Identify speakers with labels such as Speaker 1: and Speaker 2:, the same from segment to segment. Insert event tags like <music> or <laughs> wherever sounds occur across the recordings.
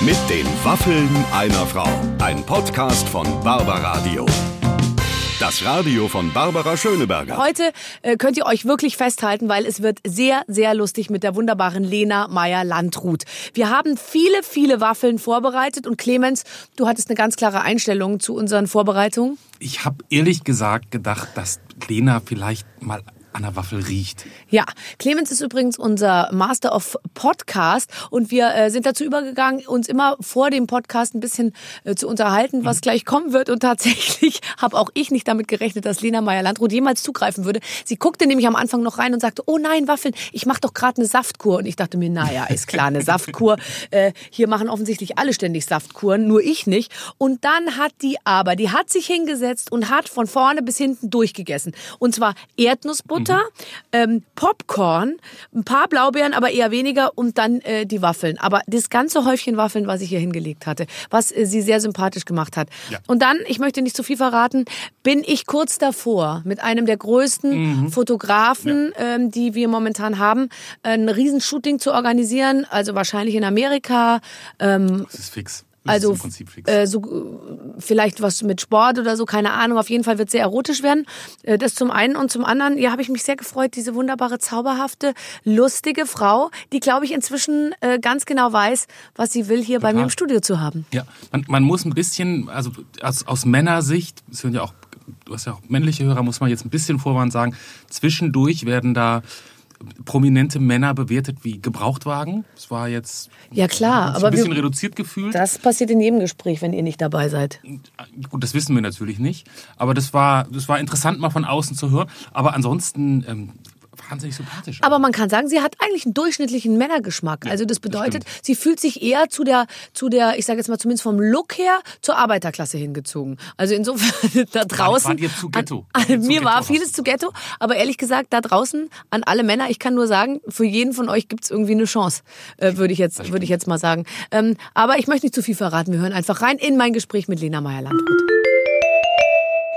Speaker 1: Mit den Waffeln einer Frau. Ein Podcast von Barbaradio. Das Radio von Barbara Schöneberger.
Speaker 2: Heute äh, könnt ihr euch wirklich festhalten, weil es wird sehr, sehr lustig mit der wunderbaren Lena Meyer-Landrut. Wir haben viele, viele Waffeln vorbereitet und Clemens, du hattest eine ganz klare Einstellung zu unseren Vorbereitungen.
Speaker 3: Ich habe ehrlich gesagt gedacht, dass Lena vielleicht mal an der Waffel riecht.
Speaker 2: Ja, Clemens ist übrigens unser Master of Podcast und wir äh, sind dazu übergegangen, uns immer vor dem Podcast ein bisschen äh, zu unterhalten, was gleich kommen wird. Und tatsächlich <laughs> habe auch ich nicht damit gerechnet, dass Lena Meyer-Landrut jemals zugreifen würde. Sie guckte nämlich am Anfang noch rein und sagte, oh nein, Waffeln, ich mache doch gerade eine Saftkur. Und ich dachte mir, naja, ist klar, eine Saftkur. Äh, hier machen offensichtlich alle ständig Saftkuren, nur ich nicht. Und dann hat die aber, die hat sich hingesetzt und hat von vorne bis hinten durchgegessen. Und zwar Erdnussbutter, ähm, Popcorn, ein paar Blaubeeren, aber eher weniger und dann äh, die Waffeln. Aber das ganze Häufchen Waffeln, was ich hier hingelegt hatte, was äh, sie sehr sympathisch gemacht hat.
Speaker 3: Ja.
Speaker 2: Und dann, ich möchte nicht zu viel verraten, bin ich kurz davor mit einem der größten Fotografen, ähm, die wir momentan haben, ein Riesenshooting zu organisieren, also wahrscheinlich in Amerika, ähm,
Speaker 3: Das ist fix. Das
Speaker 2: also
Speaker 3: ist im Prinzip fix.
Speaker 2: äh, so, äh, vielleicht was mit Sport oder so, keine Ahnung. Auf jeden Fall wird sehr erotisch werden. Äh, das zum einen und zum anderen, ja, habe ich mich sehr gefreut, diese wunderbare, zauberhafte, lustige Frau, die, glaube ich, inzwischen äh, ganz genau weiß, was sie will, hier bei mir im Studio zu haben.
Speaker 3: ja, man, man muss ein bisschen, also aus, aus Männersicht, es sind ja auch, du hast ja auch männliche Hörer, muss man jetzt ein bisschen Vorwand sagen, zwischendurch werden da prominente Männer bewertet wie Gebrauchtwagen. Es war jetzt
Speaker 2: Ja, klar,
Speaker 3: so
Speaker 2: aber
Speaker 3: ein bisschen
Speaker 2: wir-
Speaker 3: reduziert gefühlt. Äh,
Speaker 2: Das passiert in jedem Gespräch, wenn ihr nicht dabei seid.
Speaker 3: Gut, das wissen wir natürlich nicht. Aber das war, das war interessant, mal von außen zu hören. Aber ansonsten ähm, wahnsinnig sympathisch.
Speaker 2: Aber man kann sagen, sie hat eigentlich einen durchschnittlichen Männergeschmack. also das bedeutet, sie fühlt sich eher zu der, zu der, ich sage jetzt mal zumindest vom Look her, zur Arbeiterklasse hingezogen. Also insofern <laughs> da draußen.
Speaker 3: wart ihr zu Ghetto?
Speaker 2: An,
Speaker 3: Wart ihr
Speaker 2: an,
Speaker 3: zu
Speaker 2: mir
Speaker 3: Ghetto
Speaker 2: war
Speaker 3: raus?
Speaker 2: vieles zu Ghetto, aber ehrlich gesagt, da draußen an alle Männer, ich kann nur sagen, für jeden von euch gibt's irgendwie eine Chance, äh, würde ich jetzt, würde ich jetzt mal sagen. Ähm, aber ich möchte nicht zu viel verraten. Wir hören einfach rein in mein Gespräch mit Lena Meyer-Landrut.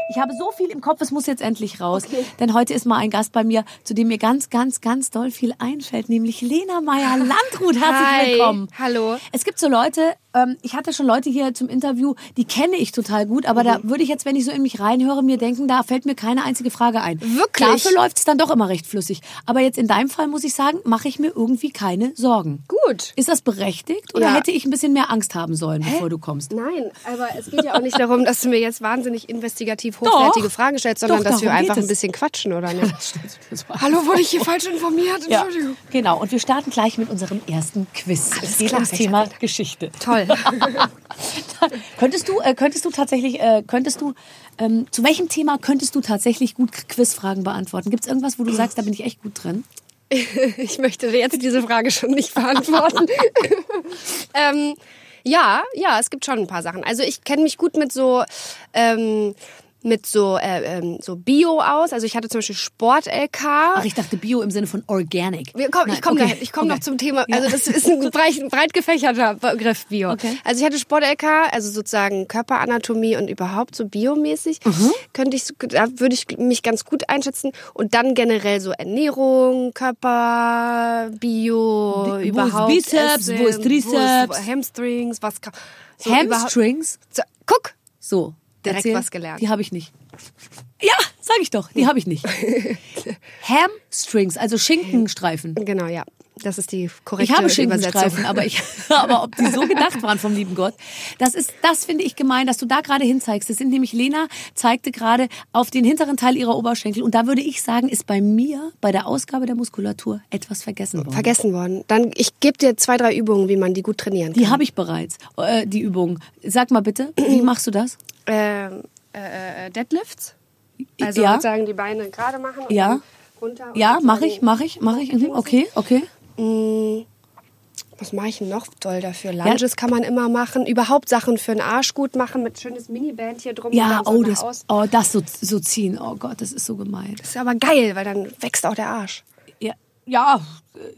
Speaker 2: Ich habe so viel im Kopf, es muss jetzt endlich raus. Denn heute ist mal ein Gast bei mir, zu dem mir ganz, ganz, ganz doll viel einfällt, nämlich Lena Meyer-Landrut. Herzlich
Speaker 4: Hi.
Speaker 2: willkommen.
Speaker 4: Hallo.
Speaker 2: Es gibt so Leute, ähm, ich hatte schon Leute hier zum Interview, die kenne ich total gut, aber da
Speaker 4: Mhm.
Speaker 2: würde ich jetzt, wenn ich so in mich reinhöre, mir denken, da fällt mir keine einzige Frage ein.
Speaker 4: Wirklich?
Speaker 2: Dafür läuft es dann doch immer recht flüssig. Aber jetzt in deinem Fall muss ich sagen, mache ich mir irgendwie keine Sorgen.
Speaker 4: Gut.
Speaker 2: Ist das berechtigt oder
Speaker 4: Ja.
Speaker 2: hätte ich ein bisschen mehr Angst haben sollen, bevor du kommst?
Speaker 4: Nein, aber es geht ja
Speaker 2: <laughs>
Speaker 4: auch nicht darum, dass du mir jetzt wahnsinnig investigativ hochwertige
Speaker 2: Doch.
Speaker 4: Fragen stellst, sondern
Speaker 2: Doch,
Speaker 4: dass wir
Speaker 2: darum
Speaker 4: einfach
Speaker 2: geht
Speaker 4: ein
Speaker 2: es.
Speaker 4: bisschen quatschen, oder nicht?
Speaker 2: <laughs> Das war-
Speaker 4: Hallo, wurde ich hier falsch informiert?
Speaker 2: Ja,
Speaker 4: Entschuldigung.
Speaker 2: genau. Und wir starten gleich mit unserem ersten Quiz. es geht
Speaker 4: klar,
Speaker 2: ums
Speaker 4: ich
Speaker 2: Thema
Speaker 4: hab
Speaker 2: Geschichte. <laughs>
Speaker 4: Toll.
Speaker 2: könntest du, äh, könntest du tatsächlich, äh, könntest du, ähm, zu welchem Thema könntest du tatsächlich gut Quizfragen beantworten? Gibt es irgendwas, wo du sagst, da bin ich echt gut drin?
Speaker 4: Ich möchte jetzt diese Frage schon nicht beantworten.
Speaker 2: <laughs>
Speaker 4: ähm, ja, ja, es gibt schon ein paar Sachen. Also ich kenne mich gut mit so ähm, mit so äh, ähm, so Bio aus. Also ich hatte zum Beispiel Sport LK.
Speaker 2: Ach, ich dachte Bio im Sinne von Organic.
Speaker 4: Ah. Wir kommen,
Speaker 2: Nein,
Speaker 4: ich komme
Speaker 2: okay,
Speaker 4: ich komm
Speaker 2: okay.
Speaker 4: noch zum Thema.
Speaker 2: Ja.
Speaker 4: Also das ist ein breit, breit gefächerter Begriff Bio.
Speaker 2: Okay.
Speaker 4: Also ich hatte Sport LK, also sozusagen Körperanatomie und überhaupt so biomäßig
Speaker 2: Mhm.
Speaker 4: könnte ich so- da würde ich mich ganz gut einschätzen und dann generell so Ernährung, Körper, Bio,
Speaker 2: Wo ist
Speaker 4: überhaupt
Speaker 2: Bizeps, wo
Speaker 4: Essen,
Speaker 2: ist Trizeps?
Speaker 4: wo ist Hamstrings, was kann so überhaupt-
Speaker 2: Hamstrings.
Speaker 4: So, guck,
Speaker 2: So.
Speaker 4: Direkt was gelernt.
Speaker 2: Die habe ich nicht. Ja, sag ich doch, die habe ich nicht.
Speaker 4: <laughs>
Speaker 2: Hamstrings, also Schinkenstreifen.
Speaker 4: genau, ja, das ist die korrekte
Speaker 2: Ich habe
Speaker 4: Übersetzung.
Speaker 2: Schinkenstreifen, aber, ich, <laughs> aber ob die so gedacht waren vom lieben Gott, das ist, das finde ich gemein, dass du da gerade hinzeigst. Das sind nämlich, Lena zeigte gerade auf den hinteren Teil ihrer Oberschenkel und da würde ich sagen, ist bei mir bei der Ausgabe der Muskulatur etwas vergessen worden.
Speaker 4: <laughs> Vergessen worden. Dann ich gebe dir zwei, drei Übungen, wie man die gut trainieren kann.
Speaker 2: die habe ich bereits, äh, die Übung. Sag mal bitte, wie machst du das?
Speaker 4: ähm, äh, äh, Deadlifts. Also
Speaker 2: Ja.
Speaker 4: sozusagen die Beine gerade machen und
Speaker 2: Ja.
Speaker 4: dann runter. Und
Speaker 2: Ja,
Speaker 4: sozusagen-
Speaker 2: mache ich, mache ich, mache ich. Mhm, Okay, okay.
Speaker 4: Was mache ich denn noch toll dafür? Lunges kann man immer machen. Überhaupt Sachen für den Arsch gut machen mit schönes Miniband hier drum.
Speaker 2: Ja,
Speaker 4: und dann so
Speaker 2: oh,
Speaker 4: nach
Speaker 2: das,
Speaker 4: außen.
Speaker 2: oh, das so, so ziehen. Oh Gott, das ist so gemein.
Speaker 4: Das ist aber geil, weil dann wächst auch der Arsch.
Speaker 2: Ja, ja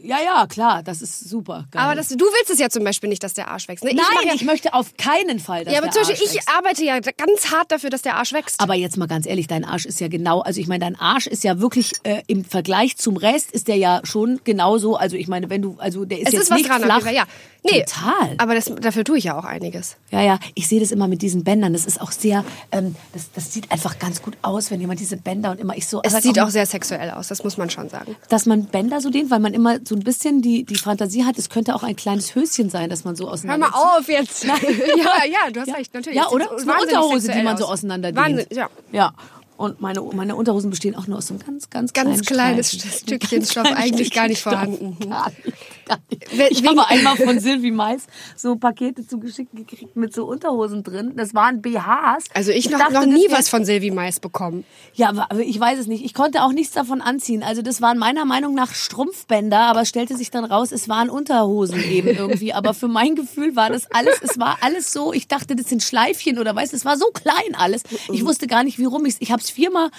Speaker 2: ja, ja, klar, das ist super. Geil.
Speaker 4: Aber das, du willst es ja zum Beispiel nicht, dass der Arsch wächst. Ne?
Speaker 2: Nein,
Speaker 4: mach
Speaker 2: ich,
Speaker 4: ja,
Speaker 2: möchte auf keinen Fall, dass
Speaker 4: ja, aber
Speaker 2: der
Speaker 4: zum Beispiel,
Speaker 2: Arsch
Speaker 4: ich arbeite ja ganz hart dafür, dass der Arsch wächst.
Speaker 2: Aber jetzt mal ganz ehrlich, dein Arsch ist ja genau, also ich meine, dein Arsch ist ja wirklich äh, im Vergleich zum Rest ist der ja schon genauso. Also ich meine, wenn du, also der ist
Speaker 4: es
Speaker 2: jetzt
Speaker 4: ist was
Speaker 2: nicht
Speaker 4: dran,
Speaker 2: flach.
Speaker 4: Amiga, ja. Nee,
Speaker 2: Total.
Speaker 4: Aber das, dafür tue ich ja auch einiges.
Speaker 2: Ja, ja, ich sehe das immer mit diesen Bändern. Das ist auch sehr, ähm, das, das sieht einfach ganz gut aus, wenn jemand diese Bänder und immer ich so.
Speaker 4: Es
Speaker 2: sag
Speaker 4: sieht
Speaker 2: mal,
Speaker 4: auch sehr sexuell aus, das muss man schon sagen.
Speaker 2: dass man Bänder so dehnt, weil man immer so ein bisschen die, die Fantasie hat, es könnte auch ein kleines Höschen sein, dass man so
Speaker 4: Hör
Speaker 2: auseinander.
Speaker 4: mal auf <laughs> jetzt. ja, ja, du hast
Speaker 2: Ja.
Speaker 4: recht, natürlich.
Speaker 2: Ja,
Speaker 4: Es
Speaker 2: oder?
Speaker 4: sieht
Speaker 2: Es ist eine
Speaker 4: wahnsinnig
Speaker 2: Unterhose, die
Speaker 4: sexuell
Speaker 2: man so
Speaker 4: aus.
Speaker 2: auseinander
Speaker 4: Wahnsinn,
Speaker 2: dehnt.
Speaker 4: ja.
Speaker 2: Ja. Und meine, meine Unterhosen bestehen auch nur aus so einem ganz, ganz,
Speaker 4: Ganz
Speaker 2: kleinen
Speaker 4: kleines
Speaker 2: Streifen.
Speaker 4: Stückchen
Speaker 2: Ganz
Speaker 4: Stoff,
Speaker 2: kleines
Speaker 4: eigentlich gar nicht
Speaker 2: Stückchen Stoff.
Speaker 4: vorhanden.
Speaker 2: Gar nicht, gar
Speaker 4: We-
Speaker 2: nicht. Ich
Speaker 4: wegen-
Speaker 2: habe einmal von
Speaker 4: <laughs>
Speaker 2: Sylvie Mais so Pakete zugeschickt gekriegt mit so Unterhosen drin. Das waren BHs.
Speaker 4: Also ich, noch,
Speaker 2: dachte,
Speaker 4: noch nie
Speaker 2: das wär-
Speaker 4: was von Silvi Mais bekommen.
Speaker 2: Ja, aber aber ich weiß es nicht. Ich konnte auch nichts davon anziehen. Also das waren meiner Meinung nach Strumpfbänder, aber es stellte sich dann raus, es waren Unterhosen eben
Speaker 4: <laughs>
Speaker 2: irgendwie. Aber für mein Gefühl war das alles, es war alles so, ich dachte, das sind Schleifchen oder weißt, du, es war so klein alles. Ich wusste gar nicht, wie rum ich's. ich habe es viermal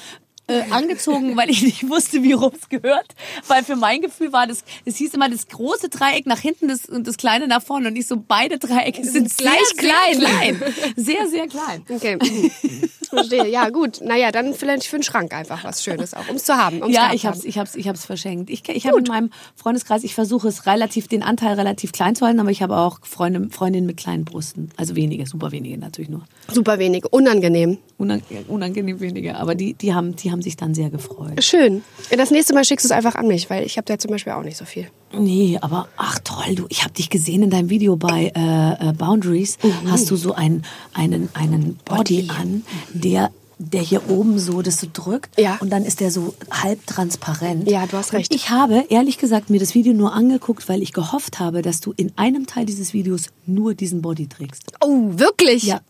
Speaker 2: äh, angezogen, weil ich nicht wusste, wie rum es gehört. Weil für mein Gefühl war das, es hieß immer das große Dreieck nach hinten das, und das kleine nach vorne und ich so, beide Dreiecke sind,
Speaker 4: gleich
Speaker 2: sehr,
Speaker 4: klein.
Speaker 2: Sehr klein. Sehr, sehr
Speaker 4: <laughs>
Speaker 2: klein.
Speaker 4: Okay, mhm. verstehe. Ja, gut. Naja, dann vielleicht für den Schrank einfach was Schönes auch, um es zu haben. Um's
Speaker 2: Ja,
Speaker 4: gehabt
Speaker 2: ich hab's,
Speaker 4: haben.
Speaker 2: ich hab's, ich hab's verschenkt. Ich, ich habe in meinem Freundeskreis, ich versuche es relativ, den Anteil relativ klein zu halten, aber ich habe auch Freunde, Freundinnen mit kleinen Brüsten. Also wenige, super wenige natürlich nur.
Speaker 4: Super wenig, unangenehm.
Speaker 2: Unang unangenehm wenige, aber die, die, haben, die haben sich dann sehr gefreut.
Speaker 4: Schön. Das nächste Mal schickst du es einfach an mich, weil ich habe da zum Beispiel auch nicht so viel.
Speaker 2: Nee, aber ach toll, du, ich habe dich gesehen in deinem Video bei äh, äh, Boundaries.
Speaker 4: Mhm.
Speaker 2: Hast du so einen, einen, einen Body, an, der der hier oben so das so drückt
Speaker 4: Ja.
Speaker 2: und dann ist der so halb transparent.
Speaker 4: Ja, du hast
Speaker 2: Und
Speaker 4: recht.
Speaker 2: Ich habe ehrlich gesagt mir das Video nur angeguckt, weil ich gehofft habe, dass du in einem Teil dieses Videos nur diesen Body trägst.
Speaker 4: Oh, wirklich?
Speaker 2: Ja.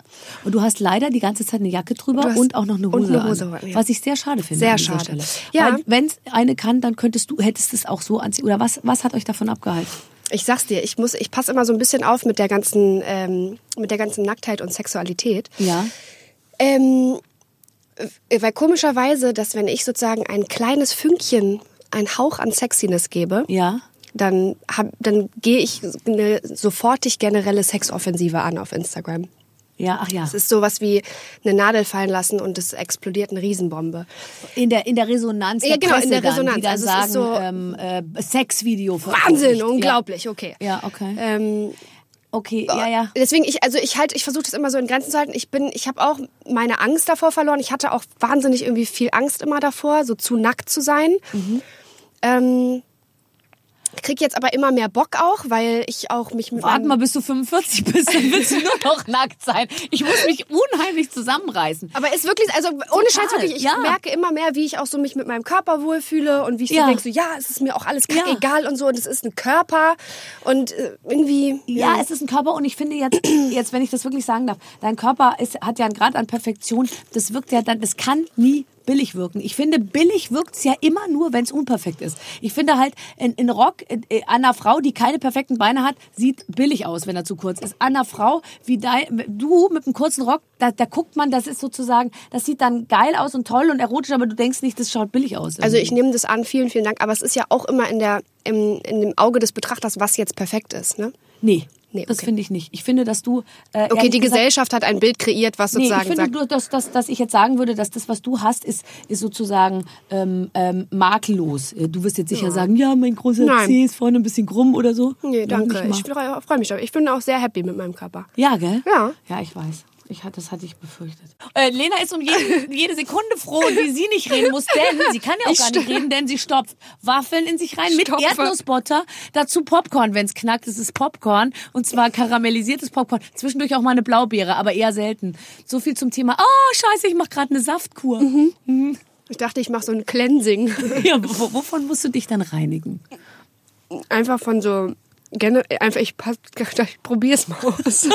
Speaker 2: Und du hast leider die ganze Zeit eine Jacke
Speaker 4: Du
Speaker 2: drüber
Speaker 4: hast-
Speaker 2: und auch noch eine
Speaker 4: und
Speaker 2: Hose,
Speaker 4: eine Hose,
Speaker 2: an,
Speaker 4: ja.
Speaker 2: was ich sehr schade finde.
Speaker 4: Sehr
Speaker 2: an dieser
Speaker 4: schade.
Speaker 2: Stelle.
Speaker 4: Ja.
Speaker 2: Weil wenn es eine kann, dann könntest du hättest es auch so anziehen. Oder was was hat euch davon abgehalten?
Speaker 4: Ich sag's dir, ich muss, ich passe immer so ein bisschen auf mit der ganzen, ähm, mit der ganzen Nacktheit und Sexualität.
Speaker 2: Ja.
Speaker 4: Ähm, äh, weil komischerweise, dass wenn ich sozusagen ein kleines Fünkchen, einen Hauch an Sexiness gebe,
Speaker 2: Ja.
Speaker 4: dann, hab, dann gehe ich eine sofortig generelle Sexoffensive an auf Instagram.
Speaker 2: Ja, ach ja.
Speaker 4: Es ist sowas wie eine Nadel fallen lassen und es explodiert eine Riesenbombe.
Speaker 2: In der, in der Resonanz.
Speaker 4: Ja,
Speaker 2: der
Speaker 4: genau, in
Speaker 2: Presse
Speaker 4: der
Speaker 2: Dann, die
Speaker 4: Resonanz.
Speaker 2: dann
Speaker 4: Also es
Speaker 2: sagen,
Speaker 4: ist
Speaker 2: ähm, äh, Sexvideo. veröffentlicht.
Speaker 4: Wahnsinn, unglaublich, okay.
Speaker 2: Ja, okay. Äh,
Speaker 4: Ähm,
Speaker 2: Ja. Äh, Okay, ja, ja.
Speaker 4: Ah, Deswegen, ich, also ich halt, ich versuche das immer so in Grenzen zu halten. Ich bin, ich habe auch meine Angst davor verloren. Ich hatte auch wahnsinnig irgendwie viel Angst immer davor, so zu nackt zu sein.
Speaker 2: Mhm.
Speaker 4: Ähm, krieg jetzt aber immer mehr Bock auch, weil ich auch mich mit
Speaker 2: Warte
Speaker 4: meinem-
Speaker 2: mal, bis du 45 bist, dann willst du nur noch nackt sein. Ich muss mich unheimlich zusammenreißen.
Speaker 4: aber ist wirklich, also ohne Scheiß wirklich, ich
Speaker 2: ja.
Speaker 4: merke immer mehr, wie ich auch so mich mit meinem Körper wohlfühle und wie ich so
Speaker 2: Ja.
Speaker 4: denke, so ja, es ist mir auch alles
Speaker 2: Ja.
Speaker 4: egal und so und es ist ein Körper und äh, irgendwie
Speaker 2: Ja, es ist ein Körper und ich finde jetzt, <clears throat> jetzt wenn ich das wirklich sagen darf, dein Körper ist, hat ja einen Grad an Perfektion. Das wirkt ja dann, das kann nie billig wirken. Ich finde, billig wirkt's ja immer nur, wenn's unperfekt ist. Ich finde halt, in, in Rock, in, in, an einer Frau, die keine perfekten Beine hat, sieht billig aus, wenn er zu kurz ist. An einer Frau wie dein, du mit einem kurzen Rock, da, da guckt man, das ist sozusagen, das sieht dann geil aus und toll und erotisch, aber du denkst nicht, das schaut billig aus.
Speaker 4: Also ich nehme das an, vielen, vielen Dank. Aber es ist ja auch immer in, der, im, in dem Auge des Betrachters, was jetzt perfekt ist. Ne?
Speaker 2: Nee,
Speaker 4: Nee,
Speaker 2: das
Speaker 4: okay.
Speaker 2: finde ich nicht. Ich finde, dass du... Äh,
Speaker 4: Okay,
Speaker 2: ehrlich
Speaker 4: die
Speaker 2: gesagt,
Speaker 4: Gesellschaft hat ein Bild kreiert, was
Speaker 2: Nee, ich
Speaker 4: sozusagen
Speaker 2: finde,
Speaker 4: sagt.
Speaker 2: nur, dass, dass, dass ich jetzt sagen würde, dass das, was du hast, ist, ist sozusagen ähm, ähm, makellos. Äh, Du wirst jetzt sicher sagen, ja, mein großer
Speaker 4: Nein.
Speaker 2: Zeh ist vorne ein bisschen krumm oder so.
Speaker 4: Nee,
Speaker 2: Noch
Speaker 4: danke. Ich
Speaker 2: nicht mal.
Speaker 4: freue freu mich drauf. Ich bin auch sehr happy mit meinem Körper.
Speaker 2: ja, gell?
Speaker 4: Ja.
Speaker 2: Ja, ich weiß. Ich, hat- das hatte ich befürchtet. Äh, Lena ist um jede, <laughs> jede Sekunde froh, wie sie nicht reden muss, denn sie kann ja auch
Speaker 4: Ich
Speaker 2: gar nicht
Speaker 4: sto-
Speaker 2: reden, denn sie stopft Waffeln in sich rein
Speaker 4: Stopfe.
Speaker 2: mit Erdnussbutter, dazu Popcorn. Wenn es knackt, ist es Popcorn und zwar karamellisiertes Popcorn. Zwischendurch auch mal eine Blaubeere, aber eher selten. So viel zum Thema. Oh, scheiße, ich mache gerade eine Saftkur.
Speaker 4: Mhm. Ich dachte, ich mache so ein Cleansing.
Speaker 2: <laughs> Ja, wo- wovon musst du dich dann reinigen? <laughs>
Speaker 4: Einfach von so. Gerne, einfach, ich, pass- <laughs> ich probiere es mal aus.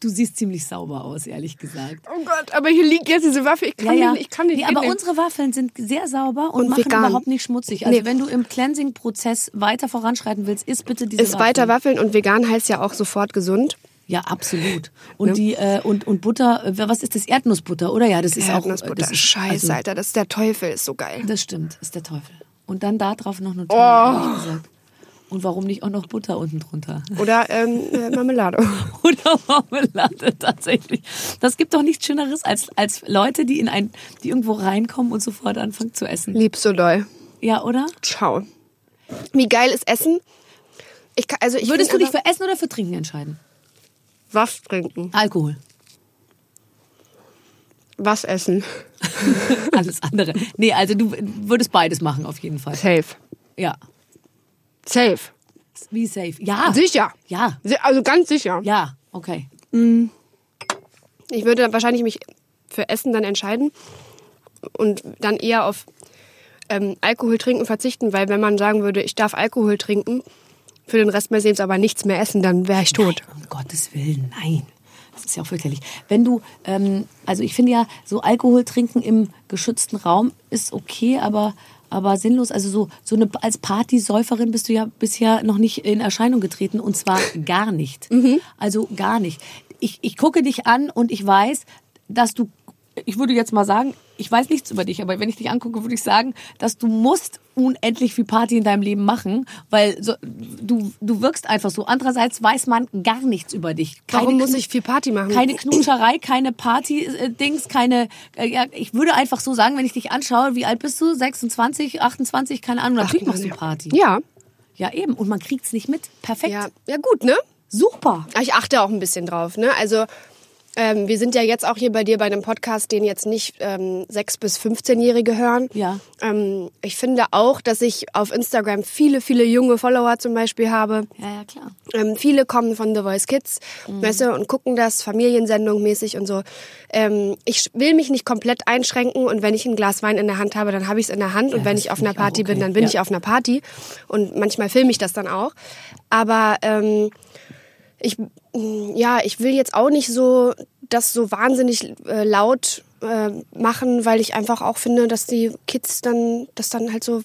Speaker 2: Du siehst ziemlich sauber aus, ehrlich gesagt.
Speaker 4: Oh Gott, aber hier liegt jetzt diese Waffe. Ich kann nicht, ich kann nicht.
Speaker 2: nee, aber
Speaker 4: hinnehmen.
Speaker 2: unsere Waffeln sind sehr sauber und,
Speaker 4: Und
Speaker 2: machen
Speaker 4: vegan.
Speaker 2: überhaupt nicht schmutzig. Also
Speaker 4: Nee.
Speaker 2: wenn du im Cleansing-Prozess weiter voranschreiten willst, isst bitte diese
Speaker 4: ist
Speaker 2: Waffeln.
Speaker 4: weiter Waffeln und vegan heißt ja auch sofort gesund.
Speaker 2: Ja,
Speaker 4: <laughs>
Speaker 2: absolut. Und
Speaker 4: Ne?
Speaker 2: die äh, und und Butter, äh, was ist das Erdnussbutter, oder? Ja, das ist auch äh,
Speaker 4: Erdnussbutter.
Speaker 2: das ist,
Speaker 4: Scheiße, Alter, das ist der Teufel, ist so geil. Oh.
Speaker 2: Das stimmt, ist der Teufel. Und dann da drauf noch Nutella, ehrlich gesagt. Und warum nicht auch noch Butter unten drunter? <laughs>
Speaker 4: Oder ähm, äh, Marmelade.
Speaker 2: Oder Marmelade tatsächlich. Das gibt doch nichts Schöneres als, als Leute, die in ein, die irgendwo reinkommen und sofort anfangen zu essen.
Speaker 4: Lieb so doll.
Speaker 2: Ja, oder?
Speaker 4: Ciao. Wie geil ist Essen? Ich kann, also ich
Speaker 2: Würdest du
Speaker 4: find
Speaker 2: dich
Speaker 4: aber-
Speaker 2: für Essen oder für Trinken entscheiden?
Speaker 4: was trinken?
Speaker 2: Alkohol. <laughs>
Speaker 4: Was essen?
Speaker 2: Alles andere. Nee, also du würdest beides machen auf jeden Fall.
Speaker 4: Safe.
Speaker 2: Ja.
Speaker 4: Safe.
Speaker 2: Wie safe. Ja.
Speaker 4: Sicher.
Speaker 2: Ja.
Speaker 4: Si- Also ganz sicher.
Speaker 2: Ah. Ja, okay.
Speaker 4: Ich würde wahrscheinlich mich für Essen dann entscheiden und dann eher auf ähm, Alkohol trinken verzichten, weil wenn man sagen würde, ich darf Alkohol trinken, für den Rest meines Lebens aber nichts mehr essen, dann wäre ich tot.
Speaker 2: Um Gottes Willen, nein. Das ist ja auch fürchterlich. Wenn du, ähm, also ich finde ja, so Alkohol trinken im geschützten Raum ist okay, aber, aber sinnlos. Also so, so eine, als Partysäuferin bist du ja bisher noch nicht in Erscheinung getreten und zwar gar nicht. Also gar nicht. Ich, ich gucke dich an und ich weiß, dass du, ich würde jetzt mal sagen, ich weiß nichts über dich, aber wenn ich dich angucke, würde ich sagen, dass du musst unendlich viel Party in deinem Leben machen, weil so, du, du wirkst einfach so. Andererseits weiß man gar nichts über dich.
Speaker 4: Warum muss
Speaker 2: Knu-
Speaker 4: ich viel Party machen?
Speaker 2: Keine Knutscherei, keine Party-Dings, keine... Äh, ja, ich würde einfach so sagen, wenn ich dich anschaue, wie alt bist du? 26, 28, keine Ahnung. Natürlich machst du Party.
Speaker 4: Ja.
Speaker 2: Ja, eben. Und man kriegt's nicht mit. Perfekt.
Speaker 4: ja. Ja, gut, ne?
Speaker 2: Super.
Speaker 4: Ich achte auch ein bisschen drauf, ne? Also ähm, wir sind ja jetzt auch hier bei dir bei einem Podcast, den jetzt nicht ähm, 6- bis 15-Jährige hören.
Speaker 2: Ja.
Speaker 4: Ähm, ich finde auch, dass ich auf Instagram viele, viele junge Follower zum Beispiel habe.
Speaker 2: Ja, ja, klar.
Speaker 4: Ähm, viele kommen von The Voice Kids,
Speaker 2: Mhm.
Speaker 4: weißt du, und gucken das Familiensendung mäßig und so. Ähm, ich will mich nicht komplett einschränken und wenn ich ein Glas Wein in der Hand habe, dann habe ich es in der Hand und wenn
Speaker 2: das
Speaker 4: ich auf
Speaker 2: finde
Speaker 4: einer
Speaker 2: ich auch
Speaker 4: Party bin,
Speaker 2: okay.
Speaker 4: dann bin
Speaker 2: Ja.
Speaker 4: ich auf einer Party und manchmal filme ich das dann auch. Aber ähm, ich, mh, ja, ich will jetzt auch nicht so das so wahnsinnig äh, laut äh, machen, weil ich einfach auch finde, dass die Kids dann das dann halt so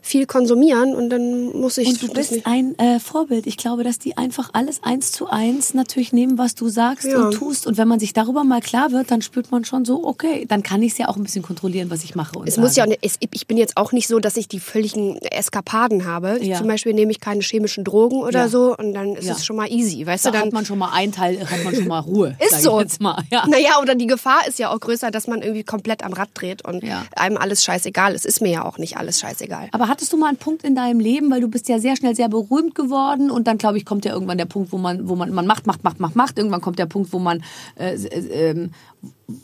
Speaker 4: viel konsumieren und dann muss ich
Speaker 2: Und du
Speaker 4: das
Speaker 2: bist
Speaker 4: nicht-
Speaker 2: ein äh, Vorbild. Ich glaube, dass die einfach alles eins zu eins natürlich nehmen, was du sagst
Speaker 4: Ja.
Speaker 2: und tust. Und wenn man sich darüber mal klar wird, dann spürt man schon so, okay, dann kann ich es ja auch ein bisschen kontrollieren, was ich mache. Und
Speaker 4: Es muss ja auch,
Speaker 2: sage.
Speaker 4: nicht- es, ich bin jetzt auch nicht so, dass ich die völligen Eskapaden habe. Ich
Speaker 2: Ja.
Speaker 4: Zum Beispiel nehme ich keine chemischen Drogen oder
Speaker 2: Ja.
Speaker 4: so und dann ist
Speaker 2: Ja.
Speaker 4: es schon mal easy, weißt
Speaker 2: da
Speaker 4: du? Dann
Speaker 2: hat man schon mal einen Teil, hat man schon mal Ruhe. sag
Speaker 4: <laughs> ist so. Ne.
Speaker 2: Ich jetzt mal. Ja.
Speaker 4: Naja, oder die Gefahr ist ja auch größer, dass man irgendwie komplett am Rad dreht und
Speaker 2: Ja.
Speaker 4: einem alles scheißegal ist. Ist mir ja auch nicht alles scheißegal.
Speaker 2: Aber hattest du mal einen Punkt in deinem Leben, weil du bist ja sehr schnell sehr berühmt geworden und dann glaube ich kommt ja irgendwann der Punkt, wo man wo man man macht macht macht macht macht irgendwann kommt der Punkt, wo man äh, äh, ähm,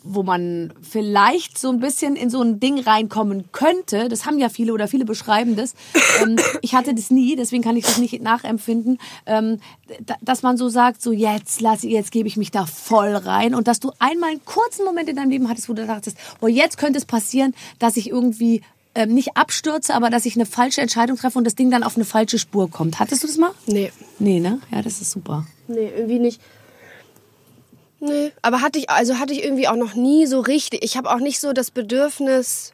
Speaker 2: wo man vielleicht so ein bisschen in so ein Ding reinkommen könnte. Das haben ja viele oder viele beschreiben das. Ähm, ich hatte das nie, deswegen kann ich das nicht nachempfinden, ähm, da- dass man so sagt, so jetzt lass jetzt gebe ich mich da voll rein und dass du einmal einen kurzen Moment in deinem Leben hattest, wo du dachtest, boah, jetzt könnte es passieren, dass ich irgendwie ähm, nicht abstürze, aber dass ich eine falsche Entscheidung treffe und das Ding dann auf eine falsche Spur kommt. Hattest du das mal?
Speaker 4: Nee.
Speaker 2: Nee, ne? Ja, das ist super.
Speaker 4: Nee, irgendwie nicht. Nee, aber hatte ich also hatte ich irgendwie auch noch nie so richtig. Ich habe auch nicht so das Bedürfnis